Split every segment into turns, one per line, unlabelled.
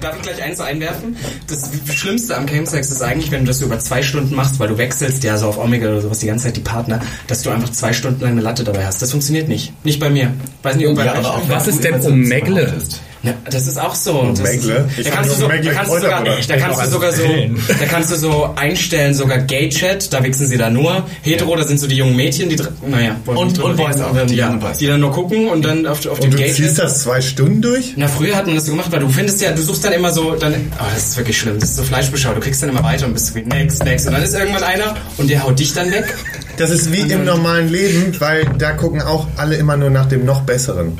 darf ich gleich eins einwerfen? Das Schlimmste am Campsex ist eigentlich, wenn du das so über zwei Stunden machst, weil du wechselst ja so auf Omega oder sowas die ganze Zeit die Partner, dass du einfach zwei Stunden lang eine Latte dabei hast. Das funktioniert nicht. Nicht bei mir. Weiß nicht, ob bei
Ja,
euch.
aber auch
Was
wenn
ist
du
denn
jemanden
Omegle?
beobachtest.
Na, das ist auch so. Das ist,
Omegle? Ich
da
hab
kannst du so,
nur
da
Omegle
kannst du
Kräuter,
sogar,
Bruder.
da kannst du sogar so,
Pillen.
da kannst du so einstellen, sogar Gay Chat, da wichsen sie da nur. Hetero, da sind so die jungen Mädchen, die, dr- naja, wollen
Und-
nicht drüber
und
reden,
Boys auch,
aber
die
ja,
jungen Boys.
die dann nur gucken und dann auf, auf dem
Und du
Gay
ziehst
Chat.
das zwei Stunden durch?
Na, früher hat man das so gemacht, weil du findest ja, du suchst dann immer so, dann, oh, das ist wirklich schlimm, das ist so Fleischbeschau, du kriegst dann immer weiter und bist wie next, next, und dann ist irgendwann einer und der haut dich dann weg.
Das ist wie im normalen Leben, weil da gucken auch alle immer nur nach dem noch Besseren.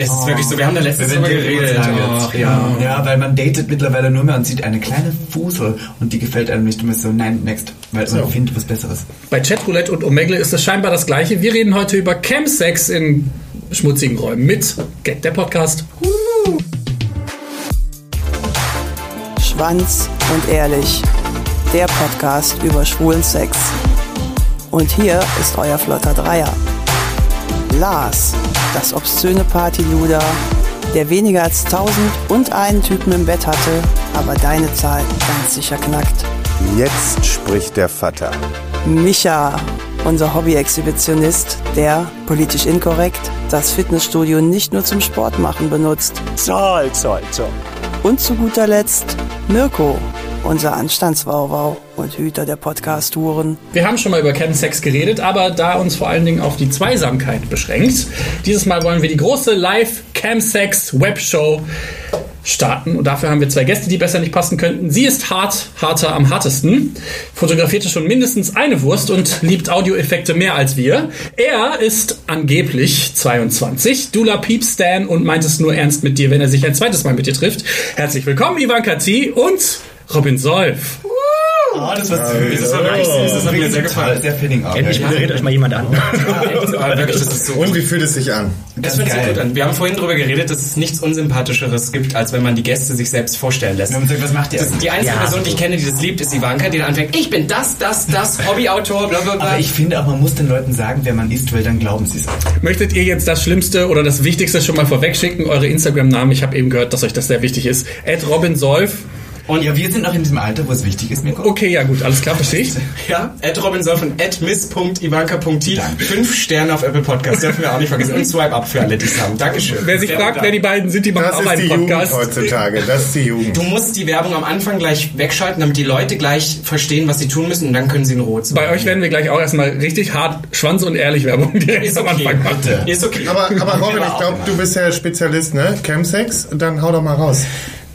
Es ist wirklich so, wir haben da letztens
Wenn
drüber
der
geredet. Oh,
Geburtstag
Ach,
ist.
ja.
ja, weil man datet mittlerweile nur mehr und sieht eine kleine Fusel und die gefällt einem nicht. Du bist so, nein, next, weil man findet was Besseres.
Bei Chatroulette und Omegle ist es scheinbar das gleiche. Wir reden heute über Chemsex in schmutzigen Räumen mit Gag der Podcast.
Schwanz und ehrlich. Der Podcast über schwulen Sex. Und hier ist euer flotter Dreier. Lars, das obszöne Partyluder, der weniger als 1000 und einen Typen im Bett hatte, aber deine Zahl ganz sicher knackt.
Jetzt spricht der Vater.
Micha, unser Hobby-Exhibitionist, der, politisch inkorrekt, das Fitnessstudio nicht nur zum Sport machen benutzt.
Zoll, Zoll, Zoll.
Und zu guter Letzt Mirko, unser Anstandswauwau und Hüter der Podcast-Touren.
Wir haben schon mal über Chemsex geredet, aber da uns vor allen Dingen auf die Zweisamkeit beschränkt, dieses Mal wollen wir die große live chemsex webshow starten. Und dafür haben wir zwei Gäste, die besser nicht passen könnten. Sie ist hart, harter am hartesten, fotografierte schon mindestens eine Wurst und liebt Audioeffekte mehr als wir. Er ist angeblich 22, Dula Piepstan und meint es nur ernst mit dir, wenn er sich ein zweites Mal mit dir trifft. Herzlich willkommen, Ivan Kati und Robin Solf.
Oh, das war süß.
Das war wirklich süß, das hat mir sehr gefallen.
Sehr feeling auch.
Endlich moderiert euch mal jemand an.
Aber wirklich, das ist so
Und wie fühlt es sich an?
Das hört sich gut an. Wir haben vorhin darüber geredet, dass es nichts Unsympathischeres gibt, als wenn man die Gäste sich selbst vorstellen lässt.
Wir haben gesagt, was macht ihr
Das,
eigentlich?
die einzige
Ja.
Person, die ich kenne, die das liebt, ist Ivanka, die dann anfängt, ich bin das, das, das, Hobbyautor, bla bla bla.
Aber ich finde auch, man muss den Leuten sagen, wer man ist, weil dann glauben sie es.
Möchtet ihr jetzt das Schlimmste oder das Wichtigste schon mal vorwegschicken? Eure Instagram-Namen, ich habe eben gehört, dass euch das sehr wichtig ist. Ed Robin Solf.
Und ja, wir sind noch in diesem Alter, wo es wichtig ist, Mirko.
Okay, ja gut, alles klar, verstehe ich.
ja, at Robinson von at miss.ivanka.t.
Danke.
Fünf Sterne auf Apple Podcasts, dürfen wir auch nicht vergessen. Und Swipe Up für alle, die es haben. Dankeschön.
Wer sich
Sehr
fragt,
gut.
wer die beiden sind, die machen
Das
auch
ist die
einen
Jugend
Podcast.
heutzutage. Das ist die Jugend.
Du musst die Werbung am Anfang gleich wegschalten, damit die Leute gleich verstehen, was sie tun müssen und dann können sie in Rot.
Bei euch werden wir gleich auch erstmal richtig hart Schwanz und ehrlich Werbung direkt am Anfang machen.
Ist okay.
Aber, aber Robin, ich glaube, du bist ja Spezialist, ne? Chemsex? Dann hau doch mal raus.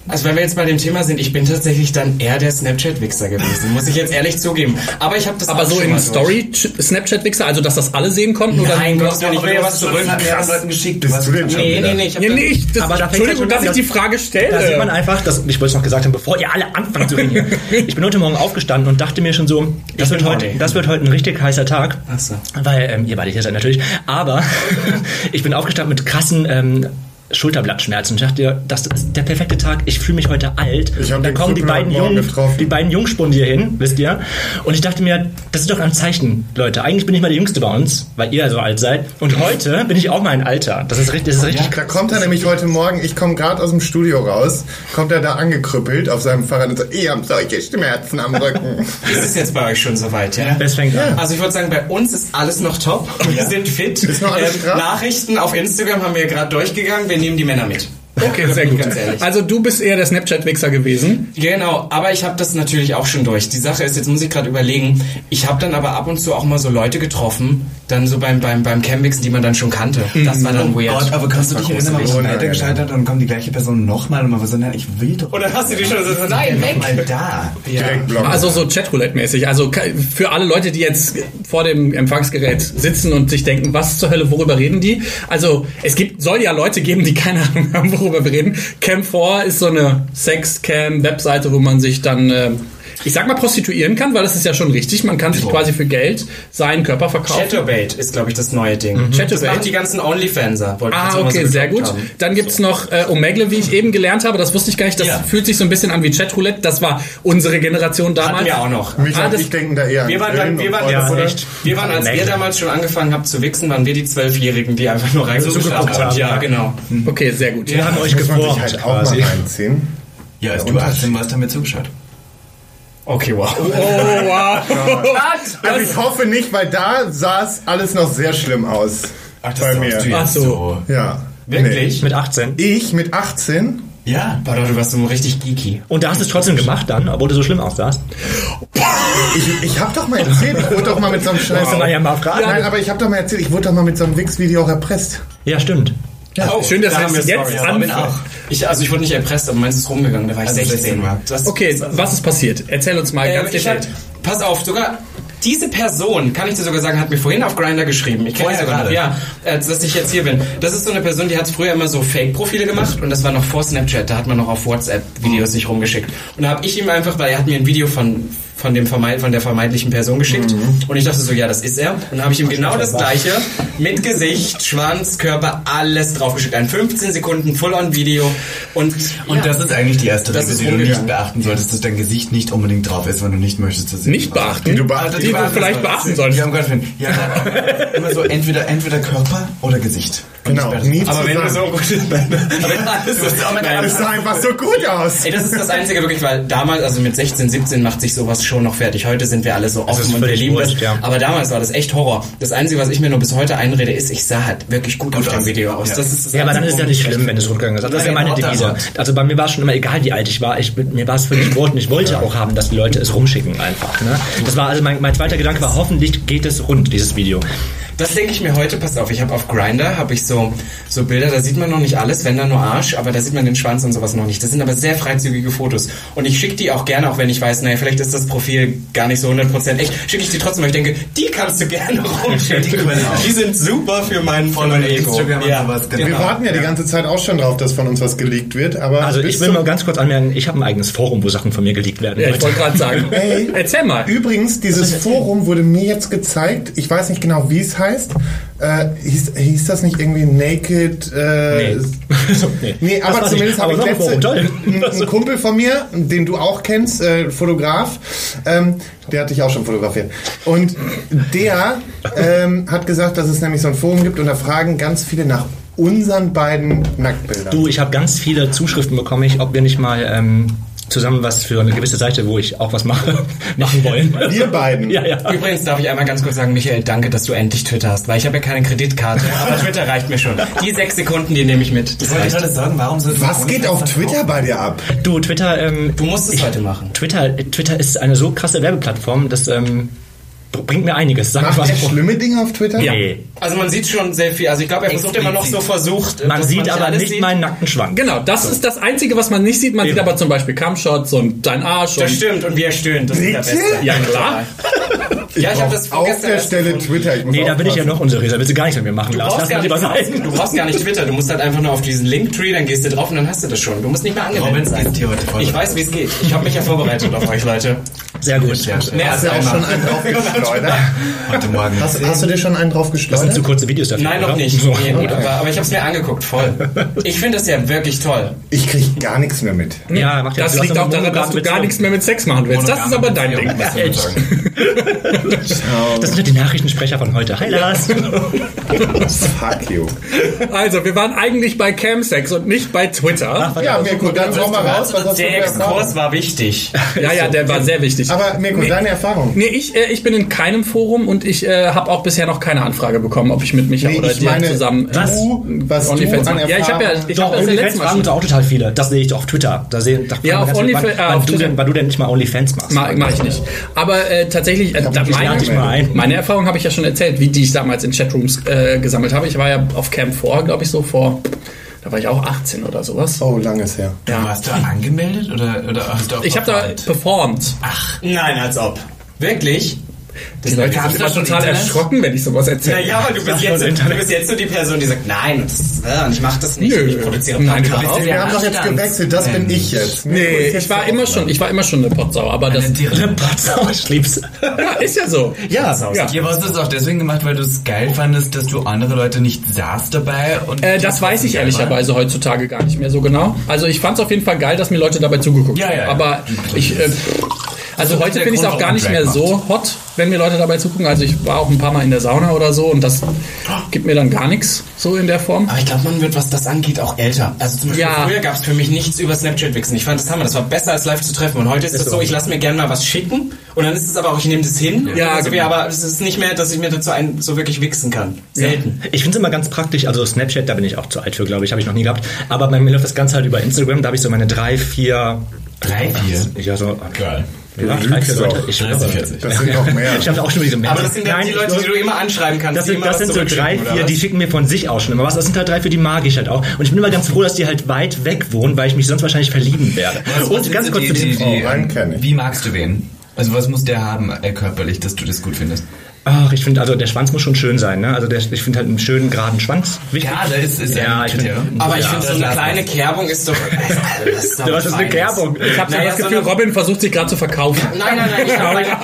Also wenn wir jetzt bei dem Thema sind, ich bin tatsächlich dann eher der Snapchat-Wichser gewesen, muss ich jetzt ehrlich zugeben. Aber ich habe das
Aber
auch
so
schon
im
mal durch.
Story-Snapchat-Wichser, also dass das alle sehen konnten? oder?
Nein, Gott, wenn ich
Aber
will
du
ja
hast
was
es schon
zurück.
von mehreren Leuten geschickt. Du
Bist
hast
du denn schon
Nee,
wieder?
nee, nee, ich hab
Ja,
dann-
nicht. Das,
Aber da fängt
Entschuldigung,
schon
dass ich
an,
die Frage stelle.
Da sieht man einfach, das, ich wollte es noch gesagt haben, bevor ihr alle anfangt zu reden hier. Ich bin heute Morgen aufgestanden und dachte mir schon so, das, wird,
bin
heute,
horny.
das wird heute ein richtig heißer Tag.
Ach so.
Weil, ähm, ihr beide hier seid natürlich. Aber ich bin aufgestanden mit krassen ähm, Schulterblattschmerzen. Ich dachte, das ist der perfekte Tag. Ich fühle mich heute alt.
Ich hab
Und da
den
kommen die
Kumpel heute
beiden,
Morgen
Jungen,
getroffen.
die beiden Jungspunde hier hin, wisst ihr. Und ich dachte mir, das ist doch ein Zeichen, Leute. Eigentlich bin ich mal der Jüngste bei uns, weil ihr so alt seid. Und heute bin ich auch mal ein Alter. Das ist richtig, das ist richtig
Da kommt er nämlich heute Morgen, ich komme gerade aus dem Studio raus, kommt er da angekrüppelt auf seinem Fahrrad und sagt, ich habe solche Schmerzen am Rücken.
Ist es jetzt bei euch schon soweit, ja?
Es fängt an.
Also ich würde sagen, bei uns ist alles noch top. Wir sind fit. Ähm,
Ist noch alles straff?
Nachrichten auf Instagram haben wir gerade durchgegangen. Wir nehmen die Männer mit.
Okay, sehr gut.
Ganz ehrlich.
Also du bist eher der Snapchat-Wichser gewesen.
Genau, aber ich habe das natürlich auch schon durch. Die Sache ist, jetzt muss ich gerade überlegen, ich habe dann aber ab und zu auch mal so Leute getroffen, dann so beim, beim, beim Campix, die man dann schon kannte. Das war dann weird.
Oh Gott, aber kannst du dich erinnern, warum ich
Corona,
weitergeschaltet habe und dann kommt die gleiche Person nochmal und man war so, nein, ich will doch.
Und dann hast du die schon so, nein,
noch
weg.
mal da.
Direkt blocken.
Also so Chatroulette-mäßig. Also ke- für alle Leute, die jetzt vor dem Empfangsgerät sitzen und sich denken, was zur Hölle, worüber reden die? Also es gibt, soll ja Leute geben, die keine Ahnung haben, worüber wir reden. Cam4 ist so eine Sex-Cam-Webseite, wo man sich dann... ähm, ich sag mal, prostituieren kann, weil das ist ja schon richtig. Man kann sich
Genau.
quasi für Geld seinen Körper verkaufen.
Chatterbait ist, glaube ich, das neue Ding. Das
Chatterbait?
machen die ganzen Onlyfanser. wollte ich jetzt
Ah,
immer
okay,
so
sehr gut.
gesagt haben.
Dann gibt's noch äh, Omegle, wie ich eben gelernt habe. Das wusste ich gar nicht. Das
Ja.
fühlt sich so ein bisschen an wie Chatroulette. Das war unsere Generation damals.
Hatten wir auch noch.
Mich
Ah,
und
das-
ich denken da eher an
Wir waren, dann,
Grillen
wir
und
waren,
Ja,
oder?
echt.
wir waren, als ihr
Lecker.
damals schon angefangen habt zu wichsen, waren wir die Zwölfjährigen, die einfach nur reingeschaut
zugeguckt
haben.
haben,
Ja,
Hm.
ja.
genau.
Okay, sehr gut.
Wir haben euch
Muss man sich
geformt
halt auch mal
quasi.
reinziehen.
Ja, als
Der
du
Unterschied.
18 warst, haben wir zugeschaut.
Okay, wow.
Oh, wow.
Also ich hoffe nicht, weil da sah es alles noch sehr schlimm aus.
Ach, das
Bei
sagst
mir.
du jetzt
Ach so.
Ja.
Wirklich? Mit 18.
Nee. Ich mit 18?
Ja.
Boah, du warst so richtig geeky.
Und da hast du es trotzdem gemacht dann, obwohl du so schlimm aussahst.
Ich, ich hab doch mal erzählt, ich wurde doch mal mit so einem Scheiß.
Kannst du mal ja mal fragen?
Nein, aber ich hab doch mal erzählt, ich wurde doch mal mit so einem Wix-Video auch erpresst.
Ja, stimmt.
Oh, schön, dass
da
wir
haben
es
wir
jetzt
Stories. Aber mit
anfangen.
Ich, also ich wurde nicht erpresst, aber meins ist rumgegangen, da war ich
Also
16.
16 war.
Das,
Okay, was ist passiert? Erzähl uns mal
Ähm,
ganz
ich hab,
detailliert.
pass auf, sogar diese Person, kann ich dir sogar sagen, hat mir vorhin auf Grinder geschrieben. Ich kenne
Vorher
sogar noch,
Oh gerade?
ja, äh, dass ich jetzt hier bin. Das ist so eine Person, die hat früher immer so Fake-Profile gemacht und das war noch vor Snapchat, da hat man noch auf WhatsApp Videos sich rumgeschickt. Und da habe ich ihm einfach, weil er hat mir ein Video von von dem vermeid, von der vermeintlichen Person geschickt
Mhm.
und ich dachte so, ja, das ist er. Und dann habe ich ihm genau das gleiche mit Gesicht, Schwanz, Körper, alles draufgeschickt. Ein 15 Sekunden Full-on-Video und
Und das ist eigentlich die erste
Das
Regel,
ist
die du
ungegangen.
nicht beachten solltest, dass dein Gesicht nicht unbedingt drauf ist, wenn du nicht möchtest, dass
Nicht beachten.
Die du beachtest.
Die du vielleicht beachten solltest.
Ja, um Gottes Willen. Ja, immer so entweder, entweder Körper oder Gesicht. Und
Genau,
nicht beides.
nie
aber wenn du so gut
Das sah einfach so gut aus.
Ey, das ist das Einzige wirklich, weil damals, also mit 16, 17 macht sich sowas schon noch fertig. Heute sind wir alle so
ist
offen und wir
völlig
lieben das.
wurscht, ja.
Aber damals war das echt Horror. Das Einzige, was ich mir nur bis heute einrede, ist, ich sah halt wirklich gut, auf dem
aus.
Video aus.
Ja.
Das ist das
Ja, aber dann
Einzige,
ist es ja
worum
nicht
ich
schlimm, wenn es rückgegangen ist. Also Das ist ja
Nein,
meine
auch
Devise.
genau.
davon.
Also bei mir war es schon immer egal, wie alt ich war. Ich, mir war es völlig wurscht und ich wollte auch haben, dass die Leute es rumschicken einfach. Ne? Das war also mein, mein zweiter Gedanke war, hoffentlich geht es rund, dieses Video.
Das denke ich mir heute, passt auf, ich habe auf Grinder habe ich so so Bilder, da sieht man noch nicht alles, wenn dann nur Arsch, aber da sieht man den Schwanz und sowas noch nicht. Das sind aber sehr freizügige Fotos und ich schicke die auch gerne, auch wenn ich weiß, naja, vielleicht ist das Profil gar nicht so 100% echt, schicke ich die trotzdem, weil ich denke, die kannst du gerne rumschicken.
Die können auch.
Die sind super für meinen für
Follow
mein
mir
Ego.
Instagram und sowas, genau.
Wir warten ja die ganze Zeit auch schon drauf, dass von uns was geleakt wird, aber
Also
bis
ich will
zum-
mal ganz kurz anmerken, ich habe ein eigenes Forum, wo Sachen von mir geleakt werden.
Ja, ich
Leute.
wollte gerade sagen.
Ey.
Erzähl mal.
Übrigens, dieses Forum wurde mir jetzt gezeigt. Ich weiß nicht genau, wie es heißt. Äh, hieß, hieß das nicht irgendwie Naked? Äh,
Nee. nee.
Nee,
Das
aber
weiß
zumindest habe ich
noch ein
letzte,
Forum, toll.
ein, ein Kumpel von mir, den du auch kennst, äh, Fotograf, ähm, der hat dich auch schon fotografiert. Und der ähm, hat gesagt, dass es nämlich so ein Forum gibt und da fragen ganz viele nach unseren beiden Nacktbildern.
Du, ich habe ganz viele Zuschriften bekommen, ich, ob wir nicht mal ähm, zusammen was für eine gewisse Seite, wo ich auch was mache, machen wollen.
Wir beiden.
ja, ja.
Übrigens darf ich einmal ganz kurz sagen, Michael, danke, dass du endlich Twitter hast, weil ich habe ja keine Kreditkarte, aber Twitter reicht mir schon. Die sechs Sekunden, die nehme ich mit. Das
Ich wollte
reicht.
gerade sagen, warum sind
Was
warum
geht
ist
auf
das
Twitter bei dir ab?
Du, Twitter, ähm,
Du musst es heute machen.
Twitter, Twitter ist eine so krasse Werbeplattform, das ähm, bringt mir einiges. Sag
Macht er schlimme Dinge auf Twitter?
Ja.
Also man sieht schon sehr viel. Also ich glaube, er versucht immer noch so versucht. äh,
Man
dass
sieht aber
alles
nicht
sieht.
meinen nackten Schwanz.
Genau, das ist das Einzige, was man nicht sieht. Man sieht aber zum Beispiel Cumshots und dein Arsch
Das
und...
stimmt und wie er stöhnt. Das ist der
Bitte?
Beste.
Ja, klar.
Ja, ich habe das
auf
gestern
der
erst
Stelle
gefunden.
Twitter. Ich muss
Nee, da bin ich ja
aufpassen.
noch unseriöser. Willst du gar nichts mit mir machen?
Du brauchst, gar nicht, du brauchst gar nicht Twitter, du musst halt einfach nur auf diesen Linktree, dann gehst du drauf und dann hast du das schon. Du musst nicht mehr angemeldet
Robin
sein.
ist hier heute voll.
Ich weiß, wie es geht. Ich habe mich ja vorbereitet auf euch, Leute.
Sehr gut.
Ja,
Nee, also
Hast du auch schon einen draufgeschleudert?
Heute Morgen.
Hast, hast du dir schon einen
Sind zu
draufgeschleudert?
kurze Videos dafür?
Nein, noch
oder?
nicht.
So.
Nee, aber, aber ich habe es mir angeguckt, voll. Ich finde das ja wirklich toll.
Ich krieg gar nichts mehr mit.
Ja, macht ja
Das
du hast
liegt
doch
auch daran,
monogame
dass du gar
Beziehung.
nichts mehr mit Sex machen willst. Das ist aber dein Ding.
Das sind ja die Nachrichtensprecher von heute. Hi, Lars.
Fuck you.
Also, wir waren eigentlich bei Camsex und nicht bei Twitter.
Ja, Mirko, dann hau mal raus, was hast also du für
Der Exkurs
Erfahrung?
war wichtig.
Ja, ja, der war sehr wichtig.
Aber Mirko, deine Erfahrung.
Nee, ich, äh, ich bin in keinem Forum und ich äh, habe auch bisher noch keine Anfrage bekommen, ob ich mit Micha
Nee,
oder
ich
dir
meine,
zusammen äh,
was du- was du
OnlyFans
an
machst. Ja, ich habe ja, ich
Doch,
habe das
OnlyFans
letzte Mal
fragen
schon.
uns auch total viele. Das sehe ich doch auf Twitter. Da sehe, da
Ja, auf
fragen ganz viele,
OnlyFans-
wann-
äh,
wann
auf
du
Twitter.
denn- Wann du denn nicht mal OnlyFans machst.
Mach, mach ich nicht. Aber äh, tatsächlich, äh, da,
mich
meine,
lade ich mal ein.
meine Erfahrung habe ich ja schon erzählt, wie die ich damals in Chatrooms äh, gesammelt habe. Ich war ja auf Camp 4, glaube ich, so vor, da war ich auch 18 oder sowas.
Oh, lange ist her.
Ja. Warst du angemeldet oder, oder hast du auch
Ich habe da performt.
Nein, als ob. Wirklich?
Die Leute
Gab's
sind
da
immer
schon
total
Internet?
erschrocken, wenn ich sowas erzähle.
Naja, aber du bist, jetzt, du bist jetzt so die Person, die sagt, nein, das ist, äh, ich mach das nicht,
Nö.
ich produziere
Nein,
Podcasts.
überhaupt
Wir haben doch jetzt gewechselt, das bin ich jetzt. Mirko
Nee,
ist jetzt
ich war
der
immer
Aufwand.
schon, ich war immer schon eine Potsau, aber das
Potsdam, ich lieb's.
ja, ist ja so.
Ja, Sau.
Ja.
Ja, aber hast du es auch deswegen gemacht, weil du es geil fandest, dass du andere Leute nicht saßt dabei? Und
Äh, das weiß ich ehrlicherweise heutzutage gar nicht mehr so genau. Also ich fand es auf jeden Fall geil, dass mir Leute dabei zugeguckt
Ja,
haben.
ja, ja.
Aber ich. Äh, Also heute
der
finde ich es
Grund,
auch gar
warum
nicht
man
mehr
Drag
so hot, wenn mir Leute dabei zugucken. Also ich war auch ein paar Mal in der Sauna oder so und das gibt mir dann gar nichts so in der Form.
Aber ich glaube, man wird, was das angeht, auch älter. Also zum Beispiel
Ja.
früher gab es für mich nichts über Snapchat-Wichsen. Ich fand das Hammer. Das war besser als live zu treffen. Und heute ist es so, ich lasse mir gerne mal was schicken. Und dann ist es aber auch, ich nehme das hin.
Ja,
also,
genau.
Aber es ist nicht mehr, dass ich mir dazu ein, so wirklich wichsen kann. Selten.
Ich finde es immer ganz praktisch, also Snapchat, da bin ich auch zu alt für, glaube ich, habe ich noch nie gehabt. Aber bei mir läuft das Ganze halt über Instagram, da habe ich so meine drei, vier.
Drei,
vier? Ja, so. ah,
Geil.
Ja, drei, vier Leute. Ich schwöre.
43.
Das sind noch mehr.
Ich habe auch schon wieder gemerkt.
Aber das sind dann die Leute, die du immer anschreiben kannst.
Das
die
sind,
immer
das
was
sind so drei,
zurückschicken, oder
vier,
was?
die schicken mir von sich aus schon immer was. Das sind halt drei, vier, die mag ich halt auch. Und ich bin immer ganz froh, dass die halt weit weg wohnen, weil ich mich sonst wahrscheinlich verlieben werde. Und ganz kurz zu
die, die,
diesem...
die,
einen kenn ich.
Wie magst du wen? Also was muss der haben äh, körperlich, dass du das gut findest?
Ach, ich finde, also der Schwanz muss schon schön sein, ne? Also der, ich finde halt einen schönen, geraden Schwanz wichtig.
Gerade ist, ist
Ja,
ein
ich find-
Kriterium.
Aber ich
Ja,
finde, so
das
eine
lass
kleine
das.
Kerbung ist doch. Also, das ist doch
Was ist eine
Feines.
Kerbung?
Ich habe
Naja,
das
so
Gefühl,
eine-
Robin versucht sich gerade zu verkaufen.
Nein, nein, nein, ich habe leider,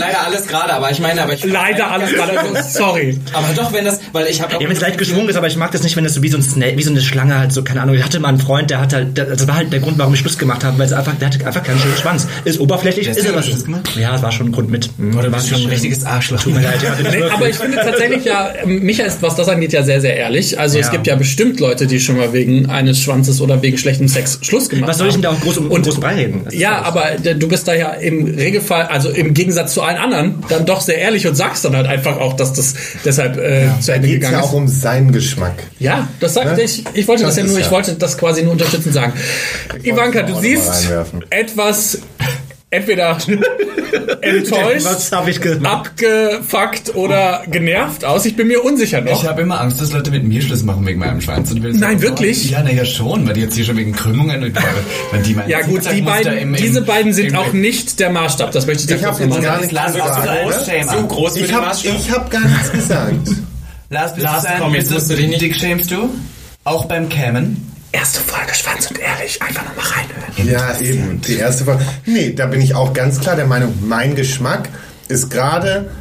leider alles gerade, aber ich meine, aber ich.
Leider alles
genau.
gerade. Sorry.
Aber doch, wenn das, weil ich habe auch.
Ja, wenn es leicht geschwungen ist, aber ich mag das nicht, wenn das so wie so, ein Snake, wie so eine Schlange halt so, keine Ahnung. Ich hatte mal einen Freund, der hatte halt, das war halt der Grund, warum ich Schluss gemacht habe, weil es einfach, der hatte einfach keinen schönen Schwanz. Ist oberflächlich, ist aber
Schluss gemacht?
Ja, es war schon ein Grund mit.
Mhm,
Oder war schon ein richtiges Arschloch.
Tut mir leid, ja, bin ich
Nee,
wirklich.
aber ich finde tatsächlich ja, ähm, Micha ist, was das angeht, ja sehr, sehr ehrlich. Also es
Ja.
gibt ja bestimmt Leute, die schon mal wegen eines Schwanzes oder wegen schlechtem Sex Schluss gemacht haben.
Was soll ich denn da auch groß um
Und-
und großen Brei reden? Das ist
Ja,
alles-
aber d- du bist da ja im Regelfall, also im Gegensatz zu allen anderen, dann doch sehr ehrlich und sagst dann halt einfach auch, dass das deshalb äh, zu Ende
Geht ja
gegangen
auch
ist.
um seinen Geschmack.
Ja, das sagt
Ne?
ich. Ich wollte das,
Das
ja nur,
ist
ich
ja-
wollte das quasi nur unterstützend sagen. Ivanka,
auch
du
noch mal
siehst
reinwerfen.
etwas entweder enttäuscht,
Was habe ich gemacht?
abgefuckt oder genervt aus. Ich bin mir unsicher noch.
Ich habe immer Angst, dass Leute mit mir Schluss machen wegen meinem Schwanz. Und willst
Nein, wirklich?
Ja, naja, schon, weil die jetzt hier schon wegen Krümmungen und weil die meinen
Ja gut, die
Zickzackmuster
beiden,
im- im-
diese beiden sind
im-
auch nicht der Maßstab. Das möchte ich dir
Ich habe
kurz noch mal
jetzt gar
sagen.
nichts gesagt.
groß, zu groß für
Ich
den
habe
Maßstab.
hab gar nichts gesagt.
Lars, bist
Lars,
du ein-
komm, jetzt
bist
musst du dich nicht-
Dick schämst du? Auch beim Kämmen?
Erste Folge Schwanz und ehrlich. Einfach nochmal reinhören.
Ja, eben. Die erste Frage. Nee, da bin ich auch ganz klar der Meinung, mein Geschmack ist gerade.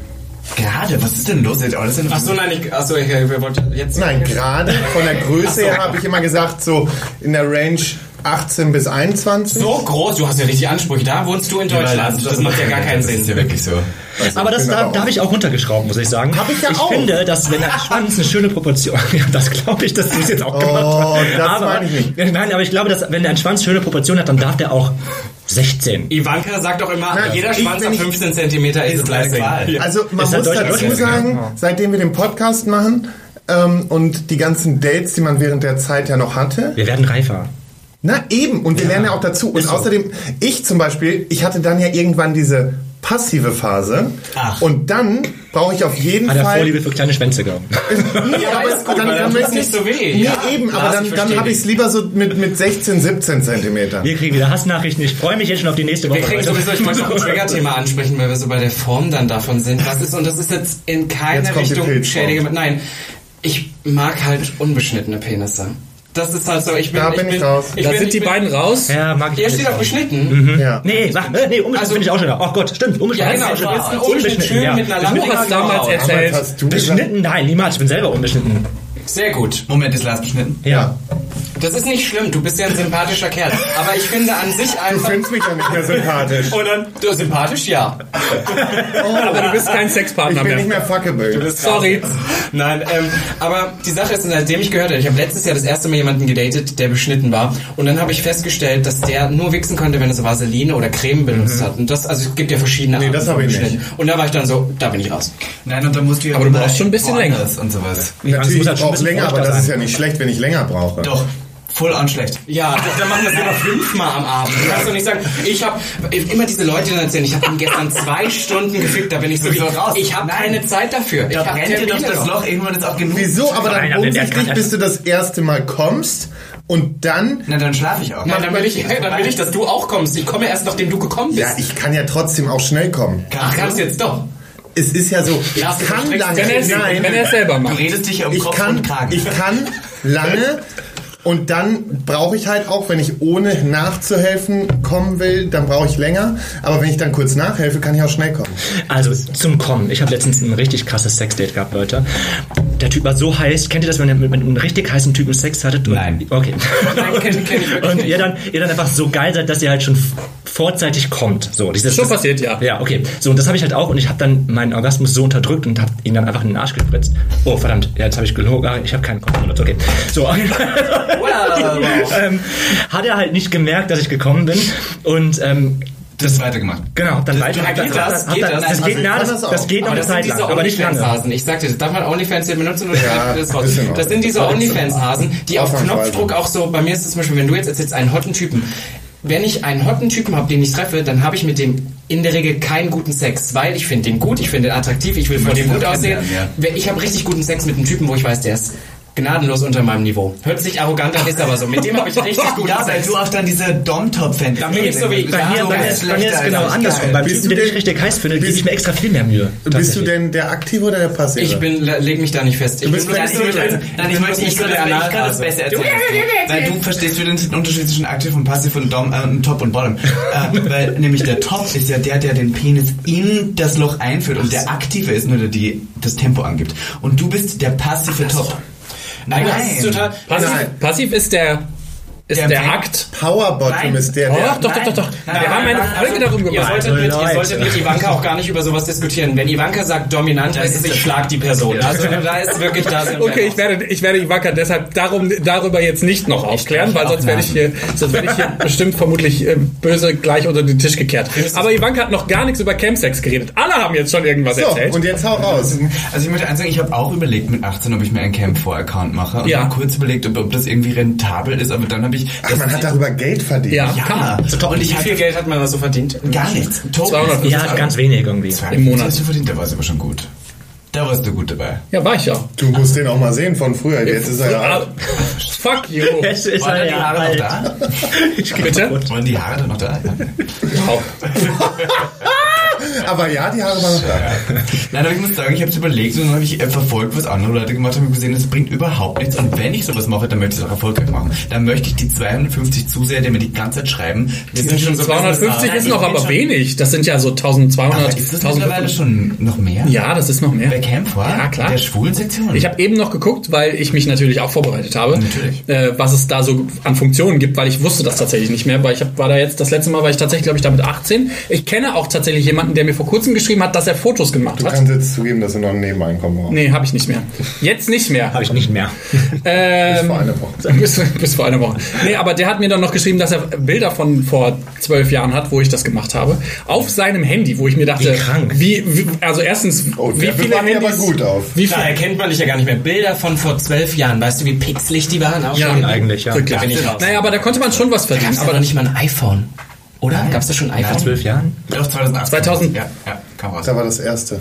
Gerade, was ist denn los? jetzt? Oh, das ist
Ach so, nein, ich, ach so, ich, wir wollten jetzt.
Nein, gerade von der Größe her habe ich immer gesagt, so in der Range 18 bis 21.
So groß, du hast ja richtig Ansprüche. Da wohnst du in Deutschland. Das macht ja gar keinen
Das ist
Sinn.
ja wirklich so.
Aber das,
genau.
da, da habe ich auch runtergeschraubt, muss ich sagen.
Hab ich ja
ich
auch.
finde, dass wenn ein Schwanz eine schöne Proportion, ja, das glaube ich, dass du es jetzt auch gemacht
Oh,
hast.
das
aber,
meine ich nicht.
Nein, aber ich glaube, dass wenn ein Schwanz schöne Proportion hat, dann darf der auch 16.
Ivanka sagt doch immer,
Nein,
jeder
ich
Schwanz
bin
ab
nicht-
15 cm ist Leistung.
Also man
Ist ja
muss
Deutschland
dazu
Deutschland,
sagen, seitdem wir den Podcast machen ähm, und die ganzen Dates, die man während der Zeit ja noch hatte,
Wir werden reifer.
na eben, und wir lernen ja auch dazu. Und außerdem, ich zum Beispiel, ich hatte dann ja irgendwann diese passive Phase
Ach.
und dann brauche ich auf jeden
Hat er
Fall...
Ah, Vorliebe für kleine Schwänze genau. gehabt.
Nee,
Ja,
aber
ist gut,
dann,
weil dann tut's
dann möchte ich
nicht so weh,
Nee,
ja.
eben, aber
Lars,
dann,
ich
dann
verstehe
habe ich es lieber so mit, mit 16, 17 Zentimetern.
Wir kriegen wieder Hassnachrichten. Ich freue mich jetzt schon auf die nächste Woche.
Wir kriegen
Leute.
Also-
sowieso, ich wollte noch ein Trigger-Thema ansprechen, weil wir so bei der Form dann davon sind. Was ist, und das ist jetzt in
Jetzt
keiner
kommt die
Richtung
Pilzform.
schädige. Nein, ich mag halt unbeschnittene Penisse. Das ist halt so, ich bin.
Da bin ich raus.
Ich
Da
bin,
sind die
ich bin,
beiden raus.
ja, mag ich
Ihr
alles
steht auf
auch.
beschnitten.
Ja.
Nee, mach, äh, nee, unbeschnitten
Also-
bin ich auch schon da. Oh Gott, stimmt,
Ja,
unbeschnitten.
genau. Du bist ein
Unbeschnitten,
unbeschnitten schön
ja.
mit einer
Du
langen
hast damals
Haut.
erzählt.
Hast du gesagt?
Beschnitten? Nein, niemals. Ich bin selber unbeschnitten.
Sehr gut.
Moment, ist Lars beschnitten?
Ja.
Das ist nicht schlimm, du bist ja ein sympathischer Kerl. Aber ich finde an sich
Du
einfach.
findest mich ja nicht mehr sympathisch. Oh.
Und dann, du, sympathisch, ja.
Aber du bist kein
Ich
Sexpartner
bin nicht
mehr.
mehr fuckable.
Sorry.
Nein, ähm, aber die Sache ist, seitdem ich gehört habe, ich habe letztes Jahr das erste Mal jemanden gedatet, der beschnitten war. Und dann habe ich festgestellt, dass der nur wichsen konnte, wenn er so Vaseline oder Creme benutzt hat. Und das, also es gibt ja verschiedene Arten.
Mhm. das
von
habe ich
Beschnitten. Und da war ich dann so, da bin ich raus.
Nein, und dann musst du ja
Aber du
immer
brauchst schon ein bisschen länger.
woanders Und sowas.
es muss
Natürlich
halt
brauche
schon ein
ich
bisschen
länger, aber
Vorstand
das ist
sein.
ja nicht schlecht, wenn ich länger brauche.
Doch, voll on schlecht.
Ja, das- dann machen wir es immer fünfmal am Abend. Du kannst doch nicht sagen, ich habe immer diese Leute, die dann erzählen, ich habe ihm gestern zwei Stunden gefickt, da bin ich sowieso raus. Ich habe keine Zeit dafür. Ich
Da
hab
brennt dir doch
Termine
das
noch.
Loch, irgendwann ist auch genug.
Wieso? Aber
Nein,
dann
aber der
umsichtig,
kann-
bis du das erste Mal kommst und dann...
Na, dann schlaf ich auch.
Nein, dann will, ich, dann will ich, dass du auch kommst. Ich komme erst, nachdem du gekommen
Ja,
bist.
ich kann ja trotzdem auch schnell kommen.
Ach, kannst jetzt doch.
Es ist ja so, ich
Lass dich
kann
verstricken.
lange...
Wenn er es-
Nein,
wenn er es selber
Du
macht.
redest dich um
ich
Kopf
kann,
und Kragen.
ich kann lange und dann brauche ich halt auch, wenn ich ohne nachzuhelfen kommen will, dann brauche ich länger. Aber wenn ich dann kurz nachhelfe, kann ich auch schnell kommen.
Also zum Kommen. Ich habe letztens ein richtig krasses Sexdate gehabt, Leute. der Typ war so heiß. Kennt ihr das, wenn ihr mit, mit einem richtig heißen Typen Sex hattet? Und-
Nein.
Okay.
Nein, kenn- kenn ich wirklich
und
nicht.
ihr dann, ihr dann einfach so geil seid, dass ihr halt schon f- vorzeitig kommt. So, dieses,
Schon passiert, ja.
Ja, okay. So, und das habe ich halt auch. Und ich habe dann meinen Orgasmus so unterdrückt und habe ihn dann einfach in den Arsch gespritzt. Oh, verdammt. Ja, jetzt habe ich gelogen. Ah, Ich habe keinen Kopf benutzt. Okay. So, auf jeden Fall. ähm, hat er halt nicht gemerkt, dass ich gekommen bin. Und ähm,
Das weitergemacht.
Genau, dann weiter.
geht
Hab dann-
das?
hab
Geht
dann-
das?
Das
Also
geht, na,
kann
das,
das auch.
das geht noch
Aber
eine
das sind
Zeit lang,
diese
aber nicht lange.
OnlyFans-Hasen. Ich sagte, das darf man OnlyFans hier benutzen oder
Ja,
das Wort.
ist in Ordnung.
Das sind diese OnlyFans-Hasen, die auf
Ausnahmsweise.
Knopfdruck auch so, bei mir ist es zum Beispiel, wenn du jetzt erzählst, einen hotten Typen. Wenn ich einen hotten Typen habe, den ich treffe, dann habe ich mit dem in der Regel keinen guten Sex, weil ich finde den gut, ich finde den attraktiv, ich will von dem
ihn
gut
auch
aussehen.
kennenlernen,
Ich habe richtig guten Sex mit einem Typen, wo ich weiß, der ist gnadenlos unter meinem Niveau. Hört sich arrogant an, ist aber so. Mit dem habe ich richtig guten
Ja, weil
Sex.
du auch dann diese Dom-Top-Fan
Bei mir ist so wie-
Bei mir,
Ja,
bei mir
so
ist, bei mir ist genau andersrum.
Bei
Beim
Bist
Typen,
du
den ich
denn-
richtig heiß finde, gebe
bist-
ich mir extra viel mehr Mühe.
Bist du
Tatsächlich.
denn der aktive oder der passive?
Ich bin, leg mich da nicht fest. Also, Ich
bist
bin bloß
Also,
flexibel.
nicht so-
Nein,
bin
ich, möchte,
bloß
ich,
nicht
kann
so
das,
der
ich kann das
Analhase.
besser erzählen. Weil du verstehst wieder den Unterschied zwischen aktiv und passiv und Dom, äh, und Top und Bottom. äh, weil nämlich der Top ist ja der, der den Penis in das Loch einführt und der aktive ist nur der, die das Tempo angibt. Und du bist der passive Top. Nein,
Das ist total.
Passiv,
Nein.
passiv ist der, ist
Der
der,
Weg-
Akt.
Powerbottom
Nein.
ist der,
Oh,
der.
doch, doch, doch, doch.
Nein,
Wir haben
nein,
eine
nein,
Folge darüber
Ihr
gemacht.
solltet, mit, ihr
Leute.
solltet mit Ivanka auch gar nicht über sowas diskutieren. Wenn Ivanka sagt dominant, heißt es, ich schlag die Person. Also da ist wirklich das.
Okay, ich werde, ich werde Ivanka deshalb darum, darüber jetzt nicht noch aufklären, weil sonst werde ich hier, sonst werde ich hier bestimmt vermutlich äh, böse gleich unter den Tisch gekehrt. Aber Ivanka hat noch gar nichts über Campsex geredet. Alle haben jetzt schon irgendwas
So,
erzählt.
und jetzt hau raus.
Also ich möchte eins sagen, ich habe auch überlegt mit 18, ob ich mir einen Camp4-Account mache und
Ja.
hab kurz überlegt, ob, ob das irgendwie rentabel ist, aber dann habe ich...
Ach, man hat darüber Geld verdient.
ja,
ja,
kann man.
so toll. Und ich
Wie viel
hatte
Geld hat man da so verdient?
gar nichts. Tokens.
250
Ja, ganz wenig irgendwie.
im Monat.
Das hast du verdient, da warst du aber schon gut. Da warst du gut dabei.
Ja, war ich ja.
Du musst den auch mal sehen von früher. Jetzt ist er ja
Ah,
alt.
Fuck you.
Es ist
Waren
halt
die
ja
Haare
alt.
noch da?
Ich glaub,
Bitte?
Waren die Haare dann noch da?
Wow.
Aber ja, die Haare waren noch da.
Nein, aber ich muss sagen, ich habe es überlegt und dann habe ich äh, verfolgt, was andere Leute gemacht haben und gesehen, das bringt überhaupt nichts. Und wenn ich sowas mache, dann möchte ich es auch erfolgreich machen. Dann möchte ich die 250 Zuseher, die mir die ganze Zeit schreiben, die sind schon so
250 ist noch aber wenig. Das sind ja so 1200,
Aber ist das mittlerweile
1500.
schon noch mehr?
Ja, das ist noch mehr.
Bei Camp war?
Ja, klar.
Der schwulen Sektion?
Ich habe eben noch geguckt, weil ich mich natürlich auch vorbereitet habe,
Natürlich.
Äh, was es da so an Funktionen gibt, weil ich wusste das tatsächlich nicht mehr, weil ich hab, war da jetzt das letzte Mal war ich tatsächlich glaube ich damit 18. Ich kenne auch tatsächlich jemanden, der mir vor kurzem geschrieben hat, dass er Fotos gemacht
Du
hat.
kannst jetzt zugeben, dass du noch ein Nebeneinkommen brauchst.
Nee, habe ich nicht mehr. Jetzt nicht mehr. Ähm,
Habe ich nicht mehr.
Bis vor einer Woche.
bis, bis vor einer Woche. Nee, aber der hat mir dann noch geschrieben, dass er Bilder von vor zwölf Jahren hat, wo ich das gemacht habe. Auf seinem Handy, wo ich mir dachte,
Wie krank.
wie, wie also erstens,
Oh,
wie
der
viele
bewahrt mir
Handys,
aber gut auf.
Wie
Da
viel,
erkennt man dich ja gar nicht mehr. Bilder von vor zwölf Jahren. Weißt du, wie pixelig die waren? Auch
Ja,
schon.
Eigentlich, ja.
Da bin ich raus.
naja, aber da konnte man schon was
Da
verdienen.
gab's aber
Aber
noch nicht mal ein iPhone. Oder? Gab es da schon ein
Nach
iPhone?
zwölf Jahren?
Doch, 2008.
2000.
Ja, ja, kam raus.
Da war das erste.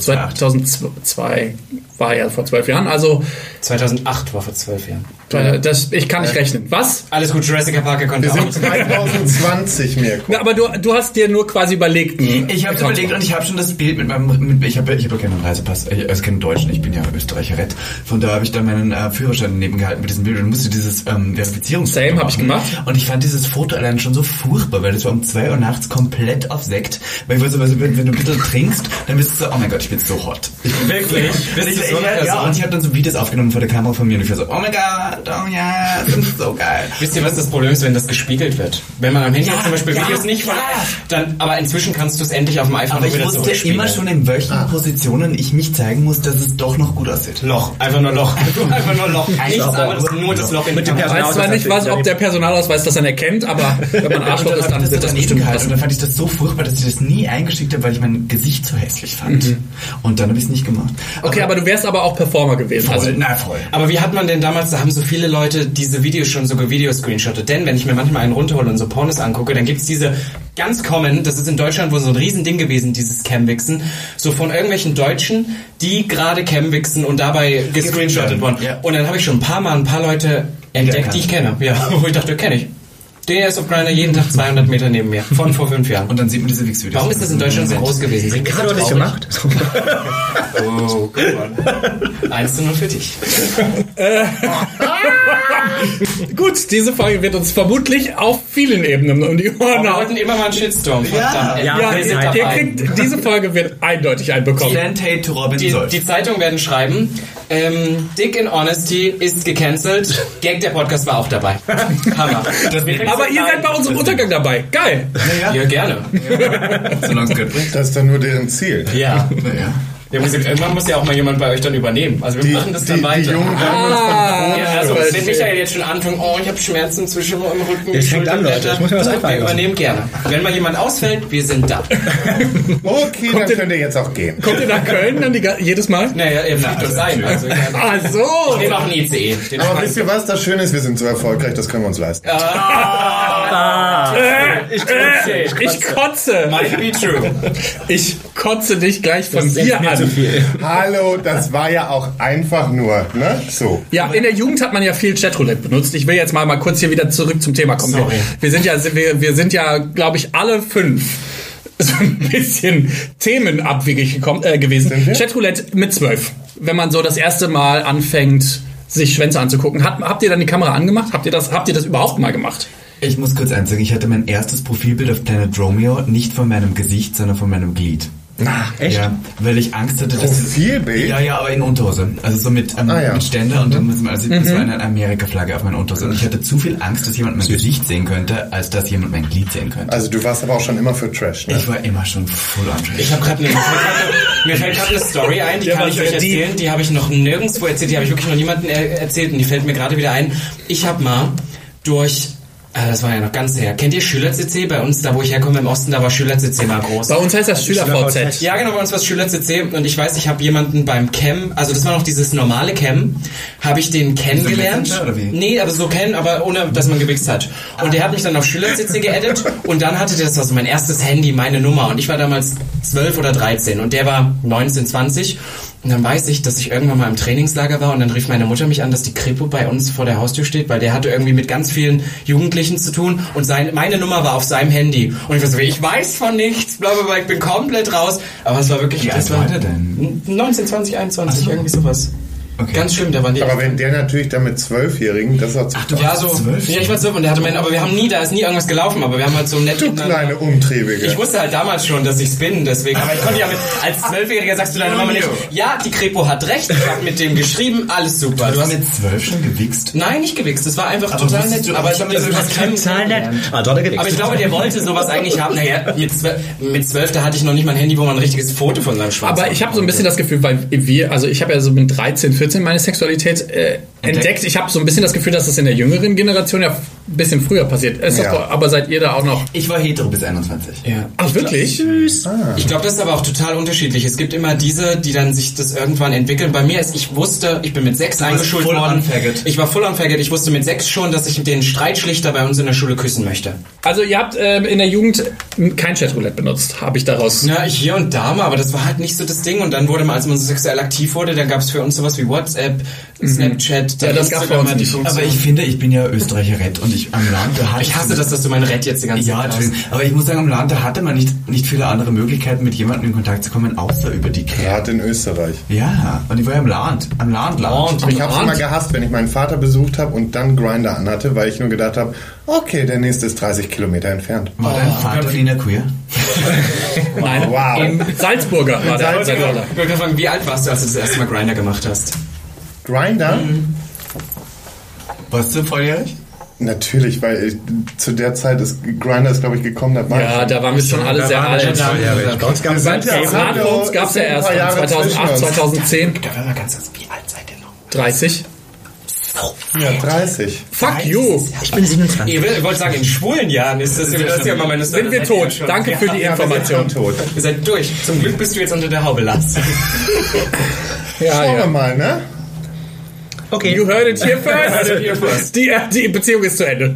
2002 war ja vor zwölf Jahren, also
2008 war vor zwölf Jahren.
äh, das, ich kann nicht rechnen. Was?
Alles gut, Jurassic Park konnte
Wir
auch.
sind 2020, Mirko.
Na, aber du, du hast dir nur quasi überlegt. hm, einen
Ich habe
Account
überlegt
zu
und ich habe schon das Bild mit meinem mit, ich habe ich habe keinen Reisepass, ich also keinen deutschen, ich bin ja Österreicherett. Von da habe ich dann meinen äh, Führerschein daneben gehalten mit diesem Bild und musste dieses ähm, Verifizierungsfoto
Same, hab ich
machen.
gemacht.
Und ich fand dieses Foto allein schon so furchtbar, weil das war um 2 Uhr nachts komplett auf Sekt, weil ich weiß, also, wenn, wenn du ein bisschen trinkst, dann bist du so, oh mein Gott, ich bin so hot. Ich bin
Wirklich?
Und
Bist
ich,
du
ich,
so eine
ja,
Person?
und ich habe dann so Videos aufgenommen vor der Kamera von mir und ich war so, oh mein Gott, oh ja, das ist so geil.
Wisst ihr, was das Problem ist, wenn das gespiegelt wird? Wenn man am Handy zum Beispiel
ja,
Videos nicht von,
ja.
dann, aber inzwischen kannst du es endlich auf dem iPhone
Aber ich
wieder
wusste
zurückspiegeln.
immer schon, in welchen Positionen ich mich zeigen muss, dass es doch noch gut aussieht.
Loch, einfach nur Loch, einfach nur Loch, nichts
Loch.
anderes, nur das Loch in
Mit
die
dem
Ich
Kamera.
Genau,
weiß zwar nicht, was, ob der Personalausweis das dann erkennt, aber wenn man
Und
Arschloch
dann
ist,
hab
dann
ich
wird das
daneben gehalten.
bestimmt
Und
passen.
dann fand ich das so furchtbar, dass ich das nie eingeschickt habe, weil ich mein Gesicht so hässlich fand.
Mhm.
Und dann habe ich es nicht gemacht.
Okay, aber du wärst aber auch Performer gewesen.
voll,
Also,
na voll.
Aber wie hat man denn damals, da haben so viele Leute diese Videos schon so Videoscreenshottet. Denn wenn ich mir manchmal einen runterhole und so Pornos angucke, dann gibt's diese ganz common, das ist in Deutschland wohl so ein Riesending gewesen, dieses Camwixen, so von irgendwelchen Deutschen, die gerade Camwixen und dabei gescreenshottet wurden.
Ja.
Und dann habe ich schon ein paar Mal ein paar Leute entdeckt, die ich kenne. Ja, wo ich dachte, kenne ich. Der ist auf Grinder jeden Tag 200 Meter neben mir. Von vor fünf Jahren.
Und dann sieht man diese Wix-Videos.
Warum ist das in Deutschland so groß gewesen? Sind
Ricardo hat
das
das
traurig?
gemacht.
Oh, come on. 1 zu 0 für dich.
äh, Gut, diese Folge wird uns vermutlich auf vielen Ebenen um die Ohren
Wir
hauen.
wollten immer mal einen Shitstorm. verdammt.
Ja,
Ja,
wir sind
ihr, ihr
dabei.
kriegt, diese Folge wird eindeutig einbekommen.
Stan Tate to Robin
Die,
Solf.
die Zeitungen werden schreiben, ähm, Dick in Honesty ist gecancelt. Gag, der Podcast war auch dabei. Hammer.
Das wird
Aber ihr seid bei unserem Untergang dabei. Geil.
Ja, gerne.
solange es Geld bringt.
Das ist dann nur deren Ziel.
Ja.
Naja.
ja muss, irgendwann muss ja auch mal jemand bei euch dann übernehmen. Also wir
Die,
machen das
die,
dann
die
weiter.
Jungen werden uns dann
Ja, also wenn Michael jetzt schon anfängt, oh, ich habe Schmerzen zwischen im Rücken,
Jetzt fängt an,
Schulterblätter.
Leute. Ich muss mir was
Gut,
einfallen
Wir
lassen.
übernehmen gerne. Wenn mal jemand ausfällt, wir sind da.
froh. Okay, dann könnt ihr jetzt auch gehen.
Kommt ihr nach Köln dann die, ga- jedes Mal?
Naja, ihr fliegt uns ein. Also, ja.
Ach Ah, so.
Wir machen E ICE. Den
Aber wisst ihr was? Das Schöne ist, wir sind so erfolgreich, das können wir uns leisten.
Ah, Ich kotze.
Ich kotze. äh, Ich kotze,
Might be true.
ich kotze dich gleich von
Das ist
dir
mir zu
an.
viel.
Hallo, das war ja auch einfach nur, ne? So.
Ja, in der Jugend hat man ja viel Chatroulette benutzt. Ich will jetzt mal, mal kurz hier wieder zurück zum Thema kommen.
Sorry.
Wir, wir sind ja, wir, wir sind ja, glaube ich, alle fünf so ein bisschen themenabwegig gekommen, äh, gewesen.
Sind wir?
Chatroulette mit zwölf. Wenn man so das erste Mal anfängt, sich Schwänze anzugucken. Hat, habt ihr dann die Kamera angemacht? Habt ihr das, habt ihr das überhaupt mal gemacht?
Ich muss kurz eins sagen, ich hatte mein erstes Profilbild auf Planet Romeo nicht von meinem Gesicht, sondern von meinem Glied.
Na, echt?
Ja, weil ich Angst hatte, dass...
Profilbild?
Ja, ja, aber in Unterhose. Also so mit, ähm,
Ah, ja.
mit Ständer und dann muss man, also das war eine Amerika-Flagge auf meiner Unterhose. Und ich hatte zu viel Angst, dass jemand mein Gesicht sehen könnte, als dass jemand mein Glied sehen könnte.
Also du warst aber auch schon immer für Trash, ne?
ich war immer schon full on trash.
Ich habe gerade eine, mir fällt grad- mir fällt gerade eine Story ein, die
Ja,
kann
was
ich euch
für die?
erzählen. Die habe ich noch nirgendwo erzählt, die habe ich wirklich noch niemandem er erzählt und die fällt mir gerade wieder ein. Ich habe mal durch, äh, das war ja noch ganz her, kennt ihr Schüler-CC? Bei uns, da wo ich herkomme im Osten, da war Schüler-CC mal groß.
Bei uns heißt das
Also
Schüler-VZ.
Ja, genau, bei uns war es Schüler-CC und ich weiß, ich habe jemanden beim Cam, also das war noch dieses normale Cam, habe ich den kennengelernt.
Messenger oder wie?
Nee, aber so kennen, aber ohne, dass man gewichst hat. Und
Ah.
der hat mich dann auf Schüler-CC geaddet und dann hatte der, das war so mein erstes Handy, meine Nummer und ich war damals 12 oder 13 und der war 19, 20 und dann weiß ich, dass ich irgendwann mal im Trainingslager war und dann rief meine Mutter mich an, dass die Kripo bei uns vor der Haustür steht, weil der hatte irgendwie mit ganz vielen Jugendlichen zu tun und sein, meine Nummer war auf seinem Handy. Und ich war so, ich weiß von nichts, bla bla bla, ich bin komplett raus. Aber es war wirklich...
Wie
das
alt war der denn?
19, 20, 21, irgendwie sowas.
Okay.
Ganz schlimm, der war nicht...
Aber wenn der natürlich dann mit Zwölfjährigen, das war zu
Ja, so.
zwölf?
Ja, ich war zwölf und der hatte meinen, aber wir haben nie, da ist nie irgendwas gelaufen, aber wir haben halt so nett.
Du
miteinander-
kleine Umtriebige.
Ich wusste halt damals schon, dass ich's bin, deswegen. Aber ich konnte ja mit, als Zwölfjähriger sagst du deiner Mama nicht, ja, die Kripo hat recht, ich hab mit dem geschrieben, alles super.
Du
Du
hast
hast,
mit zwölf schon gewichst?
nein, nicht gewichst, das war einfach
Aber
total
wusstest
nett.
du-
aber ich hab
also,
mit so was
Total nett. Ah, dort hat er
aber ich glaube, der wollte sowas eigentlich haben. Naja, mit zwölf, mit zwölf, da hatte ich noch nicht mal ein Handy, wo man ein richtiges Foto von seinem Schwanz
Aber
hat.
ich habe so ein bisschen das Gefühl, weil wir, also ich habe ja so mit 13, 14 meine Sexualität äh, entdeckt. Ich habe so ein bisschen das Gefühl, dass das in der jüngeren Generation ja ein bisschen früher passiert. Ist doch
Ja.
voll- aber seid ihr da auch noch?
Ich war hetero bis 21.
Ja.
Ach wirklich?
Ich glaube, das ist aber auch total unterschiedlich. Es gibt immer diese, die dann sich das irgendwann entwickeln. Bei mir ist, ich wusste, ich bin mit sechs eingeschult
full
worden.
on faggot.
Ich war full on faggot. Ich wusste mit sechs schon, dass ich den Streitschlichter bei uns in der Schule küssen möchte.
Also ihr habt ähm, in der Jugend kein Chatroulette benutzt, habe ich daraus.
Na, ich hier und da mal, aber das war halt nicht so das Ding. Und dann wurde man, als man so sexuell aktiv wurde, dann gab es für uns sowas wie WhatsApp, Snapchat.
Mhm. Ja, das gab's bei uns
die
nicht.
Funktion.
Aber ich finde, ich bin ja Österreicherett und ich am Land, da hatte
ich hasse das, dass du mein Red jetzt die ganze
Ja,
Zeit
Entschuldigung. aber ich muss sagen, am Land, da hatte man nicht, nicht viele andere Möglichkeiten, mit jemandem in Kontakt zu kommen, außer über die Kerl.
Gerade in Österreich.
Ja, und ich war ja im Land. Am Land, Land.
Ich habe es immer gehasst, wenn ich meinen Vater besucht habe und dann Grinder anhatte, weil ich nur gedacht habe, okay, der nächste ist 30 Kilometer entfernt.
Oh.
War dein Vater Lena Queer?
Nein.
Wow.
Im Salzburger war der. Salzburger.
Ich wollte fragen, wie alt warst du, als du das erste Mal Grinder gemacht hast?
Grinder?
Mhm.
Warst du volljährig?
Natürlich, weil ich, zu der Zeit ist Grinder ist glaube ich gekommen, da war ich
Ja,
schon-
da waren wir schon alle sehr
war
alt.
schon-
Ja, bei uns gab es
sind ja-
Gerade
Hallo,
uns gab es ja
es sind
erst
ein paar Jahre
2008,
zwischen uns.
2010,
Da war mal ganz kurz, wie alt seid ihr noch?
30.
ja 30.
Fuck you!
Ich bin 27.
Ihr will- ihr wollt sagen, in schwulen Jahren ist das, das ist ja immer meine
Sind wir tot? Danke für die Information.
Tot.
Ihr seid durch. Zum Glück bist du jetzt unter der Haube, Lars.
Ja,
Schauen wir
ja.
mal, ne?
You heard it here
heard it here
first.
first.
die, die Beziehung ist zu Ende.